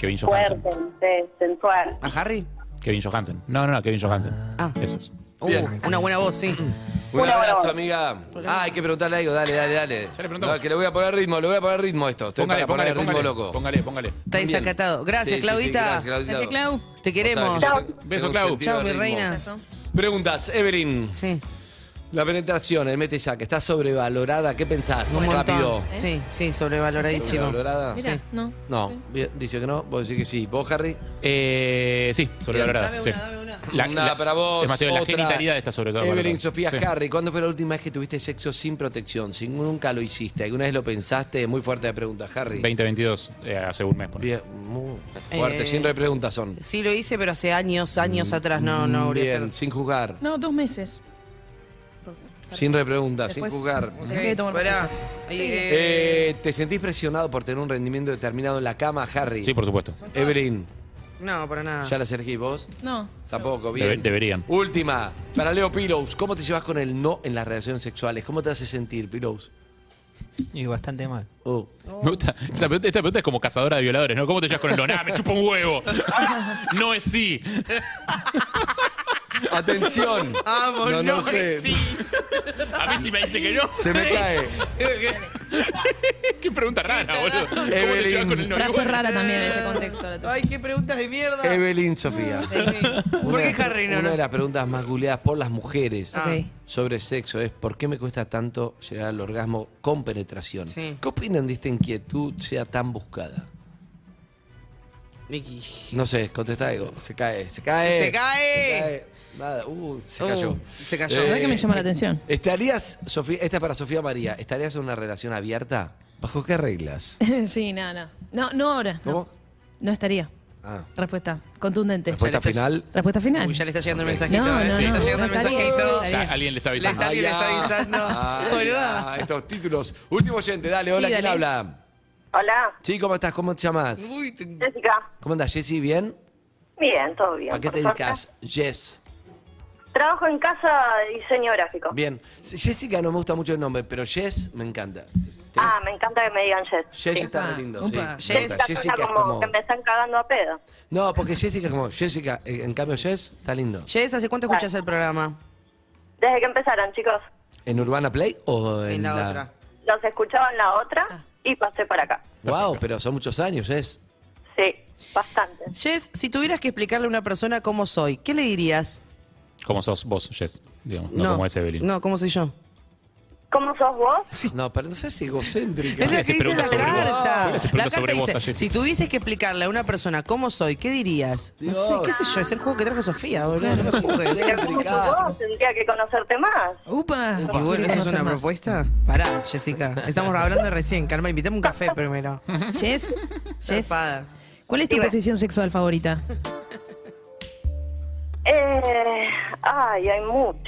[SPEAKER 8] Kevin Johansen.
[SPEAKER 14] fuerte, sí, sensual.
[SPEAKER 7] ¿A Harry?
[SPEAKER 8] Kevin Johansen. No, no, no, Kevin Johansen.
[SPEAKER 7] Ah.
[SPEAKER 8] Eso es.
[SPEAKER 7] Uh, una buena voz, sí.
[SPEAKER 6] Un abrazo, amiga. Ah, hay que preguntarle algo. Dale, dale, dale. No, que le voy a poner ritmo, le voy a poner ritmo a esto. Estoy
[SPEAKER 8] Póngale,
[SPEAKER 6] para poner
[SPEAKER 8] póngale,
[SPEAKER 6] ritmo
[SPEAKER 8] póngale,
[SPEAKER 6] loco.
[SPEAKER 8] Póngale, póngale.
[SPEAKER 7] Está desacatado. Gracias,
[SPEAKER 6] Sí, sí, sí,
[SPEAKER 7] Claudita.
[SPEAKER 6] gracias, Claudita. Gracias, Clau.
[SPEAKER 7] Te queremos.
[SPEAKER 6] Vos sabés que yo tengo
[SPEAKER 8] Beso,
[SPEAKER 6] un
[SPEAKER 8] Clau.
[SPEAKER 6] sentido
[SPEAKER 7] Chao, mi
[SPEAKER 6] del
[SPEAKER 7] reina.
[SPEAKER 6] ritmo. Preguntas, Evelyn.
[SPEAKER 7] Sí.
[SPEAKER 6] La penetración, el mete y saca, ¿está sobrevalorada? ¿Qué pensás?
[SPEAKER 7] Un montón.
[SPEAKER 6] Rápido.
[SPEAKER 7] Sí, sí, sobrevaloradísimo.
[SPEAKER 6] ¿Sobrevalorada?
[SPEAKER 9] Mirá,
[SPEAKER 6] Sí.
[SPEAKER 9] no.
[SPEAKER 6] No, bien, dice que no, vos decís que sí. ¿Vos, Harry?
[SPEAKER 8] Eh, sí, sobrevalorada.
[SPEAKER 7] Dame
[SPEAKER 8] sí.
[SPEAKER 7] una, dame una.
[SPEAKER 8] La-
[SPEAKER 6] Nada
[SPEAKER 8] la-
[SPEAKER 6] para vos.
[SPEAKER 8] es más, la
[SPEAKER 6] otra.
[SPEAKER 8] genitalidad está sobre todo.
[SPEAKER 6] Evelyn
[SPEAKER 8] perdón.
[SPEAKER 6] Sofía
[SPEAKER 8] Sí.
[SPEAKER 6] Harry, ¿cuándo fue la última vez que tuviste sexo sin protección? Si nunca lo hiciste, ¿alguna vez lo pensaste? Muy fuerte la pregunta, Harry.
[SPEAKER 8] 2022, eh, hace un mes. ponele.
[SPEAKER 6] Bien, muy fuerte,
[SPEAKER 7] Eh,
[SPEAKER 6] sin repreguntas son.
[SPEAKER 7] Sí, lo hice, pero hace años, años atrás no, no volví a
[SPEAKER 6] Bien,
[SPEAKER 7] hacer.
[SPEAKER 6] sin juzgar,
[SPEAKER 9] No, dos meses.
[SPEAKER 6] sin repreguntas, sin
[SPEAKER 9] Después-
[SPEAKER 6] juzgar.
[SPEAKER 9] Tengo que tomar
[SPEAKER 7] Pará.
[SPEAKER 9] cosas.
[SPEAKER 7] Ahí, eh,
[SPEAKER 6] Eh, ¿Te sentís presionado por tener un rendimiento determinado en la cama, Harry?
[SPEAKER 8] Sí, por supuesto.
[SPEAKER 6] Evelyn,
[SPEAKER 7] No, para nada.
[SPEAKER 6] ¿ya la elegí vos?
[SPEAKER 9] No.
[SPEAKER 6] Tampoco,
[SPEAKER 8] Debe-
[SPEAKER 6] bien.
[SPEAKER 8] deberían.
[SPEAKER 6] Última, para Leo Pillows, ¿cómo te llevas con el no en las relaciones sexuales? ¿Cómo te hace sentir, Pillows?
[SPEAKER 10] Y bastante mal.
[SPEAKER 6] Oh.
[SPEAKER 8] Me gusta. Esta pregunta, esta pregunta es como cazadora de violadores, ¿no? ¿Cómo te llevas con el no? Nah, me chupa un huevo. No es sí.
[SPEAKER 6] Atención.
[SPEAKER 7] Vamos,
[SPEAKER 6] No, no sé.
[SPEAKER 8] A mí sí me dice que no.
[SPEAKER 6] Se me cae.
[SPEAKER 8] Qué pregunta rara, boludo. ¿Cómo te llevas
[SPEAKER 6] Evelyn.
[SPEAKER 8] con el no?
[SPEAKER 9] Frase
[SPEAKER 8] Bueno,
[SPEAKER 9] rara también en este contexto. la tuya.
[SPEAKER 7] Ay, qué preguntas de mierda.
[SPEAKER 6] Evelyn Sofía.
[SPEAKER 7] ¿Por
[SPEAKER 6] Eh, Una-
[SPEAKER 7] qué Harry no?
[SPEAKER 6] Una de
[SPEAKER 7] no?
[SPEAKER 6] las preguntas más googleadas por las mujeres
[SPEAKER 7] Ah. Ok.
[SPEAKER 6] sobre sexo es ¿por qué me cuesta tanto llegar al orgasmo con penetración?
[SPEAKER 7] Sí.
[SPEAKER 6] ¿Qué opinan de esta inquietud sea tan buscada?
[SPEAKER 7] Nicky.
[SPEAKER 6] No sé, contesta algo. Se cae, se cae.
[SPEAKER 7] ¡Se cae!
[SPEAKER 6] Nada, uh, se
[SPEAKER 7] Uh,
[SPEAKER 6] cayó. Eh,
[SPEAKER 7] se cayó.
[SPEAKER 9] La verdad que me llama
[SPEAKER 7] Eh,
[SPEAKER 9] la atención.
[SPEAKER 6] ¿Estarías, Sofía, esta es para Sofía María, ¿estarías en una relación abierta? ¿Bajo qué reglas?
[SPEAKER 9] sí, no, no. No, no ahora. no.
[SPEAKER 6] ¿Cómo?
[SPEAKER 9] No, estaría.
[SPEAKER 6] Ah.
[SPEAKER 9] Respuesta contundente.
[SPEAKER 6] Respuesta final.
[SPEAKER 9] Respuesta final.
[SPEAKER 7] Uy, ya le está llegando el
[SPEAKER 6] Ok.
[SPEAKER 7] mensajito,
[SPEAKER 9] No,
[SPEAKER 7] ¿eh?
[SPEAKER 9] no,
[SPEAKER 7] le está
[SPEAKER 9] no,
[SPEAKER 7] llegando el
[SPEAKER 9] no estaría,
[SPEAKER 7] mensajito.
[SPEAKER 9] no
[SPEAKER 8] Ya alguien le está
[SPEAKER 7] Le
[SPEAKER 8] avisando.
[SPEAKER 7] está, le está avisando.
[SPEAKER 6] Ay,
[SPEAKER 7] Boluda.
[SPEAKER 6] ah, estos títulos. Último oyente, dale, hola,
[SPEAKER 9] Sí,
[SPEAKER 6] ¿quién
[SPEAKER 9] dale.
[SPEAKER 6] habla?
[SPEAKER 14] Hola,
[SPEAKER 6] Sí, ¿cómo estás? ¿Cómo te llamas?
[SPEAKER 7] Uy, te-
[SPEAKER 14] Jessica.
[SPEAKER 6] ¿Cómo andás, Jessy? ¿Bien?
[SPEAKER 14] Bien, todo bien.
[SPEAKER 6] ¿A qué
[SPEAKER 14] por
[SPEAKER 6] te
[SPEAKER 14] suerte.
[SPEAKER 6] dedicas? Jess.
[SPEAKER 14] Trabajo en casa de diseño gráfico.
[SPEAKER 6] Bien. Jessica no me gusta mucho el nombre, pero Jess me encanta.
[SPEAKER 14] Ah, me encanta que me digan Jess.
[SPEAKER 6] Jess
[SPEAKER 14] Sí.
[SPEAKER 6] está
[SPEAKER 9] Upa,
[SPEAKER 6] re lindo, sí.
[SPEAKER 9] upa.
[SPEAKER 6] Me encanta.
[SPEAKER 14] Esta
[SPEAKER 6] Jessica
[SPEAKER 14] cosa
[SPEAKER 6] es
[SPEAKER 14] como,
[SPEAKER 6] como...
[SPEAKER 14] que me están cagando a pedo.
[SPEAKER 6] No, porque Jessica es como... Jessica, eh, en cambio Jess está lindo.
[SPEAKER 7] Jess, ¿hace cuánto escuchas el programa?
[SPEAKER 14] Desde que empezaron, chicos,
[SPEAKER 6] ¿En Urbana Play o en,
[SPEAKER 7] En la otra.
[SPEAKER 14] los escuchaba en la
[SPEAKER 9] Ah.
[SPEAKER 14] otra y pasé para acá.
[SPEAKER 6] Wow, pero son muchos años, Jess.
[SPEAKER 14] Sí, bastante.
[SPEAKER 7] Jess, si tuvieras que explicarle a una persona cómo soy, ¿qué le dirías?
[SPEAKER 8] Como sos vos, Jess. Digamos, no, como es Evelyn.
[SPEAKER 7] No, ¿cómo soy yo?
[SPEAKER 14] ¿Cómo sos vos?
[SPEAKER 6] No, pero no seas egocéntrica.
[SPEAKER 7] Es lo
[SPEAKER 8] le haces
[SPEAKER 7] que dice la
[SPEAKER 8] preguntas sobre vos? ¿Por
[SPEAKER 7] carta.
[SPEAKER 8] qué le haces
[SPEAKER 7] La
[SPEAKER 8] preguntas
[SPEAKER 7] carta
[SPEAKER 8] sobre vos a
[SPEAKER 7] dice,
[SPEAKER 8] Jessica?
[SPEAKER 7] si tuvieses que explicarle a una persona cómo soy, ¿qué dirías? No sé, qué sé yo, es el juego que trajo Sofía, boludo. no me juzgues.
[SPEAKER 14] Pero ¿cómo sos vos? Tendría que conocerte más.
[SPEAKER 9] Upa.
[SPEAKER 7] Y bueno, ¿eso es una propuesta? Pará, Jessica. Estamos hablando recién, calma, invítame un café primero.
[SPEAKER 9] Jess, Jess,
[SPEAKER 7] Zarpada.
[SPEAKER 9] ¿cuál es tu
[SPEAKER 14] Dime.
[SPEAKER 9] posición sexual favorita?
[SPEAKER 14] Eh, ay, hay muchas.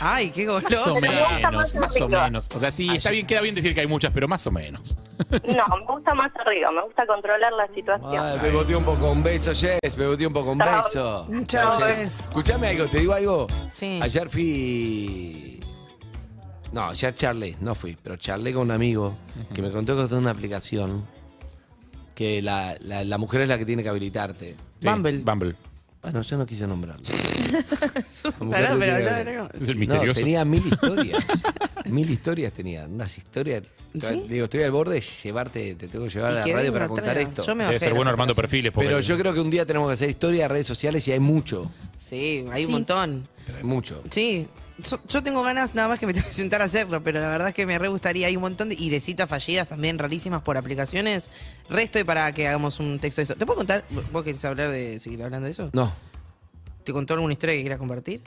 [SPEAKER 7] Ay, qué
[SPEAKER 8] Más o
[SPEAKER 7] golosa.
[SPEAKER 8] menos, más o
[SPEAKER 14] arriba.
[SPEAKER 8] menos. O sea, sí, está bien, queda bien decir que hay muchas, pero más o menos.
[SPEAKER 14] No, me gusta más arriba, me gusta controlar la situación.
[SPEAKER 6] Ay, me boté un poco un beso, Jess. Me boté un poco un
[SPEAKER 14] Chao.
[SPEAKER 6] beso.
[SPEAKER 7] Chao, Jess.
[SPEAKER 6] Escuchame algo, te digo algo.
[SPEAKER 7] Sí.
[SPEAKER 6] Ayer fui. No, ayer charlé, no fui, pero charlé con un amigo que me contó que es una aplicación que la, la- la mujer es la que tiene que habilitarte.
[SPEAKER 8] Sí,
[SPEAKER 7] Bumble.
[SPEAKER 8] Bumble.
[SPEAKER 6] Bueno, yo no quise nombrarlo.
[SPEAKER 7] Pará, pero hablá de nuevo.
[SPEAKER 8] Es el
[SPEAKER 6] No,
[SPEAKER 8] misterioso.
[SPEAKER 6] tenía mil historias. mil historias tenía. Unas historias.
[SPEAKER 7] ¿Sí?
[SPEAKER 6] Digo, estoy al borde de llevarte, te tengo que llevar
[SPEAKER 7] Y
[SPEAKER 6] a la
[SPEAKER 7] que
[SPEAKER 6] radio
[SPEAKER 7] venga,
[SPEAKER 6] para contar
[SPEAKER 7] traiga.
[SPEAKER 6] esto.
[SPEAKER 7] Yo me
[SPEAKER 8] Debe
[SPEAKER 7] bajé
[SPEAKER 8] ser
[SPEAKER 7] de
[SPEAKER 8] bueno
[SPEAKER 7] las
[SPEAKER 8] armando
[SPEAKER 7] aplicaciones.
[SPEAKER 8] perfiles. porque-
[SPEAKER 6] Pero yo creo que un día tenemos que hacer historias de redes sociales y hay mucho.
[SPEAKER 7] Sí, hay
[SPEAKER 9] Sí.
[SPEAKER 7] un montón.
[SPEAKER 6] Pero hay mucho.
[SPEAKER 7] Sí. Yo, yo tengo ganas nada más que me tengo que sentar a hacerlo, pero la verdad es que me re gustaría. Hay un montón de, y de citas fallidas también rarísimas por aplicaciones. Resto y para que hagamos un texto de eso. ¿Te puedo contar? ¿Vos querés hablar de seguir hablando de eso?
[SPEAKER 6] No,
[SPEAKER 7] ¿Te contó alguna historia que quieras compartir?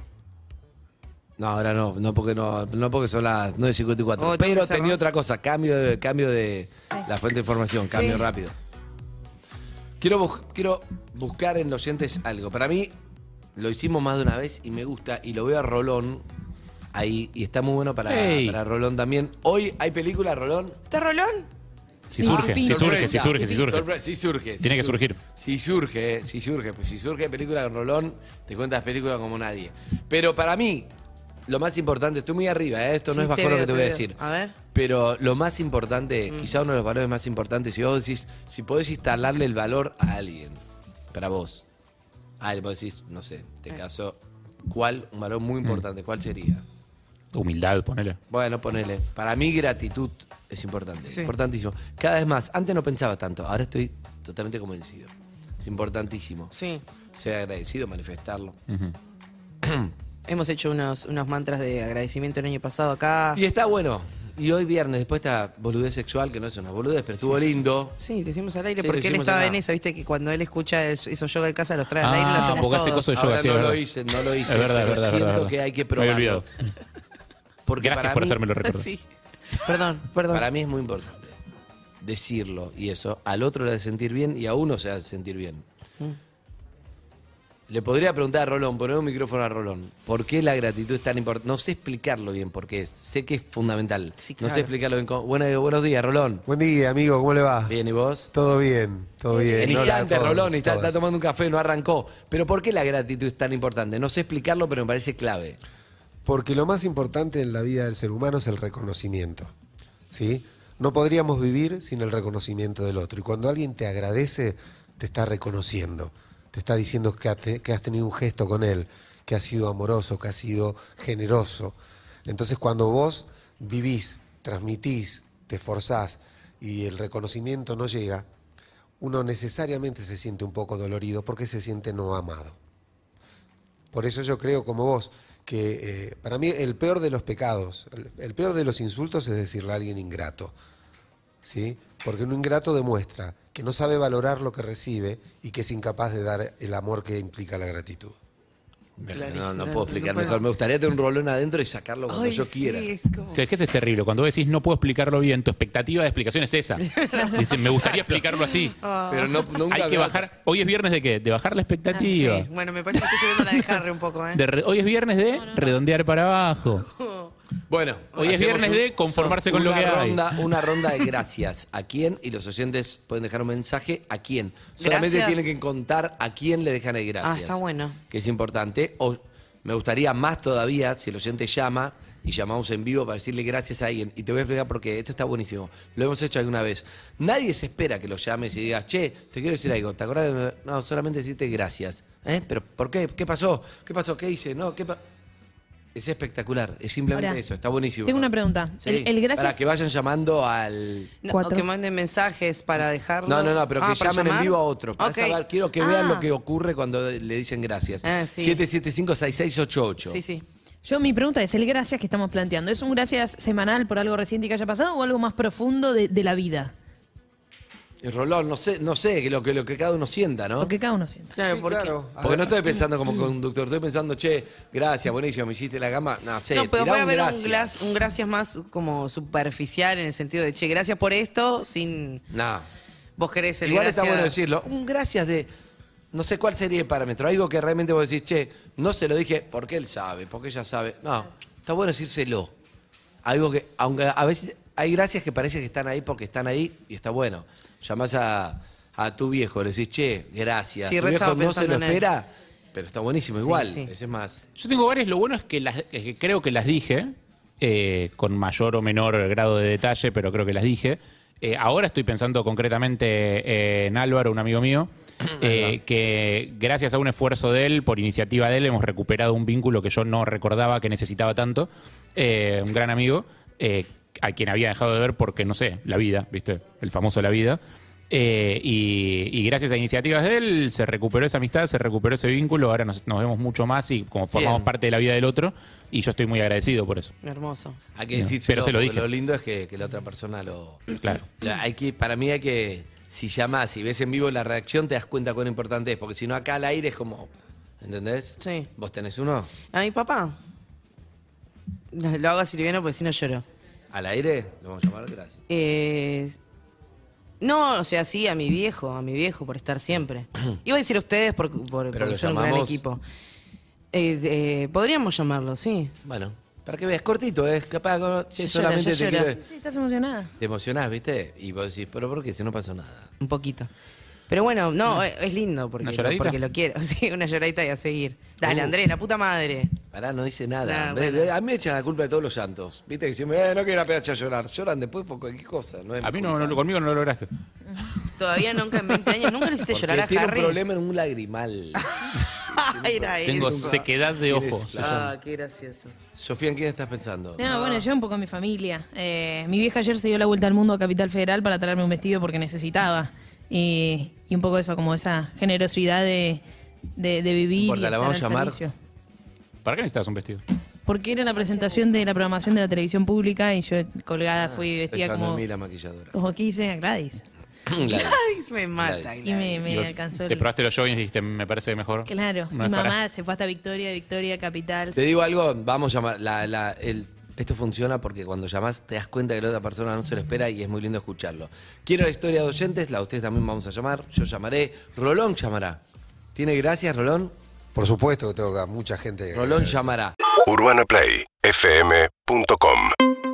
[SPEAKER 6] no, ahora no, no porque no, no porque son las 9.54.
[SPEAKER 7] Oh, tengo que
[SPEAKER 6] pero
[SPEAKER 7] cerrar.
[SPEAKER 6] tenía otra cosa, cambio de, cambio de la fuente de información, cambio
[SPEAKER 7] Sí.
[SPEAKER 6] rápido. Quiero, bus- quiero buscar en los oyentes algo. Para mí, lo hicimos más de una vez y me gusta, y lo veo a Rolón ahí, y está muy bueno para,
[SPEAKER 8] Ey.
[SPEAKER 6] para Rolón también. Hoy hay película, Rolón.
[SPEAKER 7] ¿Te rolón?
[SPEAKER 8] Si surge, si surge, si surge, si surge.
[SPEAKER 6] Sorpre- si surge. si
[SPEAKER 8] Tiene que
[SPEAKER 6] sur-
[SPEAKER 8] surgir.
[SPEAKER 6] Si surge, eh, si surge. Pues si surge película con Rolón, te cuentas película como nadie. Pero para mí, lo más importante, estoy muy arriba, eh, esto no
[SPEAKER 7] Sí,
[SPEAKER 6] es
[SPEAKER 7] te
[SPEAKER 6] bajo lo
[SPEAKER 7] veo,
[SPEAKER 6] que te
[SPEAKER 7] te
[SPEAKER 6] voy a
[SPEAKER 7] veo. Ah. Mm.
[SPEAKER 6] decir.
[SPEAKER 7] A ver.
[SPEAKER 6] Pero lo más importante, quizá uno de los valores más importantes, si vos decís, si podés instalarle el valor a alguien, para vos, a alguien, vos decís, no sé,
[SPEAKER 7] Eh.
[SPEAKER 6] te caso, ¿cuál? Un valor muy
[SPEAKER 8] Mm.
[SPEAKER 6] importante, ¿cuál sería?
[SPEAKER 8] Humildad, ponele.
[SPEAKER 6] Bueno, ponele. Para mí gratitud es importante,
[SPEAKER 7] Sí.
[SPEAKER 6] importantísimo. Cada vez más, antes no pensaba tanto, ahora estoy totalmente convencido. Es importantísimo.
[SPEAKER 7] Sí.
[SPEAKER 6] Ser agradecido, manifestarlo.
[SPEAKER 7] Hemos hecho unos, unos mantras de agradecimiento el año pasado acá.
[SPEAKER 6] Y está bueno. Y hoy viernes, después de esta boludez sexual, que no es una boludez, pero estuvo lindo.
[SPEAKER 7] Sí, lo hicimos al aire
[SPEAKER 6] Sí, lo
[SPEAKER 7] porque él
[SPEAKER 6] hicimos
[SPEAKER 7] estaba
[SPEAKER 6] acá.
[SPEAKER 7] en esa, viste que cuando él escucha es- esos yoga de casa los trae al aire y lo
[SPEAKER 6] Ah,
[SPEAKER 7] hacemos
[SPEAKER 6] porque hace
[SPEAKER 7] todos.
[SPEAKER 8] coso de yoga,
[SPEAKER 6] Ahora
[SPEAKER 8] sí,
[SPEAKER 6] no
[SPEAKER 8] es verdad.
[SPEAKER 6] lo hice, no lo hice.
[SPEAKER 8] Es verdad, es
[SPEAKER 6] pero
[SPEAKER 8] verdad, es
[SPEAKER 6] siento
[SPEAKER 8] verdad.
[SPEAKER 6] que hay que
[SPEAKER 8] Me había
[SPEAKER 6] probarlo.
[SPEAKER 8] olvidado. Gracias
[SPEAKER 6] para
[SPEAKER 8] por
[SPEAKER 6] mí-
[SPEAKER 8] hacérmelo recordar. Sí.
[SPEAKER 7] Perdón, perdón.
[SPEAKER 6] Para mí es muy importante decirlo y eso. Al otro le hace sentir bien y a uno se hace sentir bien.
[SPEAKER 7] Mm.
[SPEAKER 6] Le podría preguntar a Rolón, poner un micrófono a Rolón, ¿por qué la gratitud es tan importante? No sé explicarlo bien porque sé que es fundamental. No
[SPEAKER 15] claro.
[SPEAKER 6] sé explicarlo bien. cómo- Bueno, eh, buenos días, Rolón.
[SPEAKER 15] Buen día, amigo, ¿cómo le va?
[SPEAKER 6] Bien, ¿y vos?
[SPEAKER 15] Todo bien, todo bien.
[SPEAKER 6] En
[SPEAKER 15] Hola a
[SPEAKER 6] instante,
[SPEAKER 15] todos,
[SPEAKER 6] Rolón, está,
[SPEAKER 15] todas.
[SPEAKER 6] está tomando un café, no arrancó. Pero ¿por qué la gratitud es tan importante? No sé explicarlo, pero me parece clave.
[SPEAKER 15] Porque lo más importante en la vida del ser humano es el reconocimiento. ¿sí? No podríamos vivir sin el reconocimiento del otro. Y cuando alguien te agradece, te está reconociendo. Te está diciendo que, ha- que has tenido un gesto con él, que has sido amoroso, que has sido generoso. Entonces cuando vos vivís, transmitís, te esforzás y el reconocimiento no llega, uno necesariamente se siente un poco dolorido porque se siente no amado. Por eso yo creo como vos que eh, para mí el peor de los pecados, el, el peor de los insultos es decirle a alguien ingrato. ¿Sí? Porque un ingrato demuestra que no sabe valorar lo que recibe y que es incapaz de dar el amor que implica la gratitud.
[SPEAKER 6] No, no
[SPEAKER 15] Clarísimo.
[SPEAKER 6] puedo explicar
[SPEAKER 15] No puedo.
[SPEAKER 6] mejor. Me gustaría tener un Rolón adentro y sacarlo cuando yo quiera.
[SPEAKER 8] Que es que eso es terrible. Cuando vos decís no puedo explicarlo bien, tu expectativa de explicación es esa. Dices, me gustaría explicarlo así.
[SPEAKER 7] Ah.
[SPEAKER 6] Pero no- nunca
[SPEAKER 8] Hay
[SPEAKER 6] me
[SPEAKER 8] que
[SPEAKER 6] va-
[SPEAKER 8] bajar. Hoy es viernes de qué? De bajar la
[SPEAKER 7] Ah, sí.
[SPEAKER 8] expectativa.
[SPEAKER 7] Bueno, me parece que estoy subiendo la de Harry un poco, ¿eh?
[SPEAKER 8] De re- hoy es viernes de redondear para abajo.
[SPEAKER 6] Bueno,
[SPEAKER 8] Hoy es
[SPEAKER 6] hacemos
[SPEAKER 8] viernes de conformarse
[SPEAKER 6] son
[SPEAKER 8] con lo
[SPEAKER 6] una
[SPEAKER 8] que hay.
[SPEAKER 6] ronda, Una ronda de gracias. ¿A quién? Y los oyentes pueden dejar un mensaje. ¿A quién? Solamente
[SPEAKER 7] Gracias.
[SPEAKER 6] tienen que contar a quién le dejan el gracias.
[SPEAKER 7] Ah, está bueno.
[SPEAKER 6] Que es importante. O me gustaría más todavía si el oyente llama y llamamos en vivo para decirle gracias a alguien. Y te voy a explicar por qué. Esto está buenísimo. Lo hemos hecho alguna vez. Nadie se espera que lo llames y digas, che, te quiero decir algo. ¿Te acordás? de- No, solamente decirte gracias. ¿Eh? ¿Pero por qué? ¿Qué pasó? ¿Qué pasó? ¿Qué hice? No, ¿qué pa-?" Es espectacular. Es simplemente
[SPEAKER 9] Ahora,
[SPEAKER 6] eso. Está buenísimo.
[SPEAKER 9] Tengo una pregunta.
[SPEAKER 6] Sí.
[SPEAKER 9] El, el gracias.
[SPEAKER 6] Para que vayan llamando al.
[SPEAKER 7] No, o que manden mensajes para dejarlo.
[SPEAKER 6] No, no, no, pero
[SPEAKER 7] Ah,
[SPEAKER 6] que
[SPEAKER 7] ¿para
[SPEAKER 6] llamen en
[SPEAKER 7] llamar?
[SPEAKER 6] vivo a otro. Para
[SPEAKER 7] Ok.
[SPEAKER 6] saber, quiero que vean
[SPEAKER 7] Ah.
[SPEAKER 6] lo que ocurre cuando le dicen gracias.
[SPEAKER 9] Ah, sí.
[SPEAKER 6] 775-6688.
[SPEAKER 9] Sí, sí. Yo, mi pregunta es: ¿el gracias que estamos planteando es un gracias semanal por algo reciente que haya pasado o algo más profundo de, de la vida?
[SPEAKER 6] El Rolón, no sé, no sé, que lo que, lo que cada uno sienta, ¿no?
[SPEAKER 9] Lo que cada uno sienta.
[SPEAKER 7] Claro,
[SPEAKER 6] porque, no estoy pensando como conductor, estoy pensando, che, gracias, buenísimo, me hiciste la gama. No sé,
[SPEAKER 7] no, pero
[SPEAKER 6] tirá
[SPEAKER 7] puede
[SPEAKER 6] un
[SPEAKER 7] haber un,
[SPEAKER 6] gracias.
[SPEAKER 7] glas- un gracias más como superficial en el sentido de, che, gracias por esto, sin
[SPEAKER 6] Nah.
[SPEAKER 7] vos querés el
[SPEAKER 6] Igual
[SPEAKER 7] gracias.
[SPEAKER 6] está bueno decirlo. Un gracias de. No sé cuál sería el parámetro. Algo que realmente vos decís, che, no se lo dije porque él sabe, porque ella sabe. No, está bueno decírselo. Algo que, aunque a veces hay gracias que parece que están ahí porque están ahí y está bueno. Llamás a, a tu viejo, le decís, che, gracias.
[SPEAKER 8] Sí,
[SPEAKER 6] tu
[SPEAKER 8] re
[SPEAKER 6] viejo
[SPEAKER 8] estaba
[SPEAKER 6] no se
[SPEAKER 8] pensando
[SPEAKER 6] lo
[SPEAKER 8] en él.
[SPEAKER 6] espera, pero está buenísimo
[SPEAKER 8] Sí,
[SPEAKER 6] igual.
[SPEAKER 8] sí.
[SPEAKER 6] Ese es más.
[SPEAKER 8] Yo tengo varias, lo bueno es que, las, es que creo que las dije, eh, con mayor o menor grado de detalle, pero creo que las dije. Eh, ahora estoy pensando concretamente eh, en Álvaro, un amigo mío, eh, que gracias a un esfuerzo de él, por iniciativa de él, hemos recuperado un vínculo que yo no recordaba que necesitaba tanto. Eh, un gran amigo, eh, a quien había dejado de ver porque, no sé, la vida, ¿viste? El famoso La vida. Eh, y, y gracias a iniciativas de él se recuperó esa amistad, se recuperó ese vínculo, ahora nos, nos vemos mucho más y como formamos
[SPEAKER 6] Bien.
[SPEAKER 8] parte de la vida del otro y yo estoy muy agradecido por eso.
[SPEAKER 7] Hermoso.
[SPEAKER 6] Hay que
[SPEAKER 8] No,
[SPEAKER 6] decírselo,
[SPEAKER 8] pero se lo
[SPEAKER 6] porque
[SPEAKER 8] dije.
[SPEAKER 6] Lo lindo es que, que la otra persona lo.
[SPEAKER 8] Claro.
[SPEAKER 6] La- hay que, para mí hay que. Si llamás y ves en vivo la reacción, te das cuenta cuán importante es. Porque si no, acá al aire es como. ¿Entendés?
[SPEAKER 7] Sí.
[SPEAKER 6] ¿Vos tenés uno?
[SPEAKER 7] A mi papá. Lo lo hago a Silviano porque si no lloro.
[SPEAKER 6] ¿Al aire? Lo vamos a llamar, gracias.
[SPEAKER 7] Eh, no, o sea, sí, a mi viejo, a mi viejo por estar siempre. Iba a decir a ustedes por, por,
[SPEAKER 6] Pero
[SPEAKER 7] porque
[SPEAKER 6] lo
[SPEAKER 7] son un gran
[SPEAKER 6] llamamos.
[SPEAKER 7] equipo. Eh, eh, podríamos llamarlo, sí.
[SPEAKER 6] Bueno, para que veas, cortito, es capaz. como, che,
[SPEAKER 7] Ya
[SPEAKER 6] solamente te,
[SPEAKER 7] llora, ya llora.
[SPEAKER 6] quiero-
[SPEAKER 9] Sí, estás emocionada.
[SPEAKER 6] te emocionás, ¿viste? Y vos decís, ¿pero por qué? Si no pasó nada.
[SPEAKER 7] Un poquito. Pero bueno, no, eh, es lindo porque,
[SPEAKER 6] ¿Una lloradita?
[SPEAKER 7] porque lo quiero. Sí, una lloradita y a seguir. Dale,
[SPEAKER 6] Uh.
[SPEAKER 7] Andrés, la puta madre.
[SPEAKER 6] Pará, no dice nada.
[SPEAKER 7] Nah,
[SPEAKER 6] Ve- A mí me echan la culpa de todos los llantos. ¿Viste? Que siempre, eh, no quiero pegar a llorar. Lloran después por cualquier cosa. No es
[SPEAKER 8] A
[SPEAKER 6] mi
[SPEAKER 8] mí no,
[SPEAKER 6] culpa.
[SPEAKER 8] no- conmigo no lo lograste.
[SPEAKER 7] Todavía nunca en 20 años, nunca lo hiciste
[SPEAKER 6] Porque
[SPEAKER 7] llorar a
[SPEAKER 6] tiene
[SPEAKER 7] Harry.
[SPEAKER 6] un problema en un lagrimal.
[SPEAKER 7] Era
[SPEAKER 8] Tengo
[SPEAKER 7] eso.
[SPEAKER 8] sequedad de ojo. se
[SPEAKER 7] Ah,
[SPEAKER 8] llama.
[SPEAKER 7] qué gracioso.
[SPEAKER 6] Sofía, ¿en quién estás pensando?
[SPEAKER 9] No, Ah, bueno, yo un poco mi familia. Eh, mi vieja ayer se dio la vuelta al mundo a Capital Federal para traerme un vestido porque necesitaba. Y, y un poco eso, como esa generosidad de, de, de vivir.
[SPEAKER 8] No importa,
[SPEAKER 9] y
[SPEAKER 8] la
[SPEAKER 9] estar
[SPEAKER 8] vamos a
[SPEAKER 9] al
[SPEAKER 8] llamar.
[SPEAKER 9] servicio.
[SPEAKER 8] ¿Para qué necesitas un vestido?
[SPEAKER 9] porque era la presentación de la programación de la televisión pública y yo
[SPEAKER 8] Ah,
[SPEAKER 9] colgada fui vestida
[SPEAKER 6] Ella no
[SPEAKER 9] como,
[SPEAKER 6] es mí la maquilladora.
[SPEAKER 9] como quise a Gladys.
[SPEAKER 6] Gladys.
[SPEAKER 9] me mata. Y me, me
[SPEAKER 8] Los-
[SPEAKER 9] alcanzó
[SPEAKER 8] Te
[SPEAKER 9] el-
[SPEAKER 8] probaste los joggings y dijiste, me parece mejor.
[SPEAKER 9] Claro,
[SPEAKER 8] No
[SPEAKER 9] mi
[SPEAKER 8] es para-
[SPEAKER 9] mamá se fue hasta Victoria, Victoria Capital.
[SPEAKER 6] Te digo algo, vamos a llamar. La, la- el- esto funciona porque cuando llamás te das cuenta que la otra persona no se lo espera y es muy lindo escucharlo. Quiero la historia de oyentes, la ustedes también vamos a llamar. Yo llamaré. Rolón llamará. ¿Tiene gracias, Rolón?
[SPEAKER 15] Por supuesto que tengo acá mucha gente.
[SPEAKER 6] Rolón llamará.
[SPEAKER 1] UrbanaPlayFM.com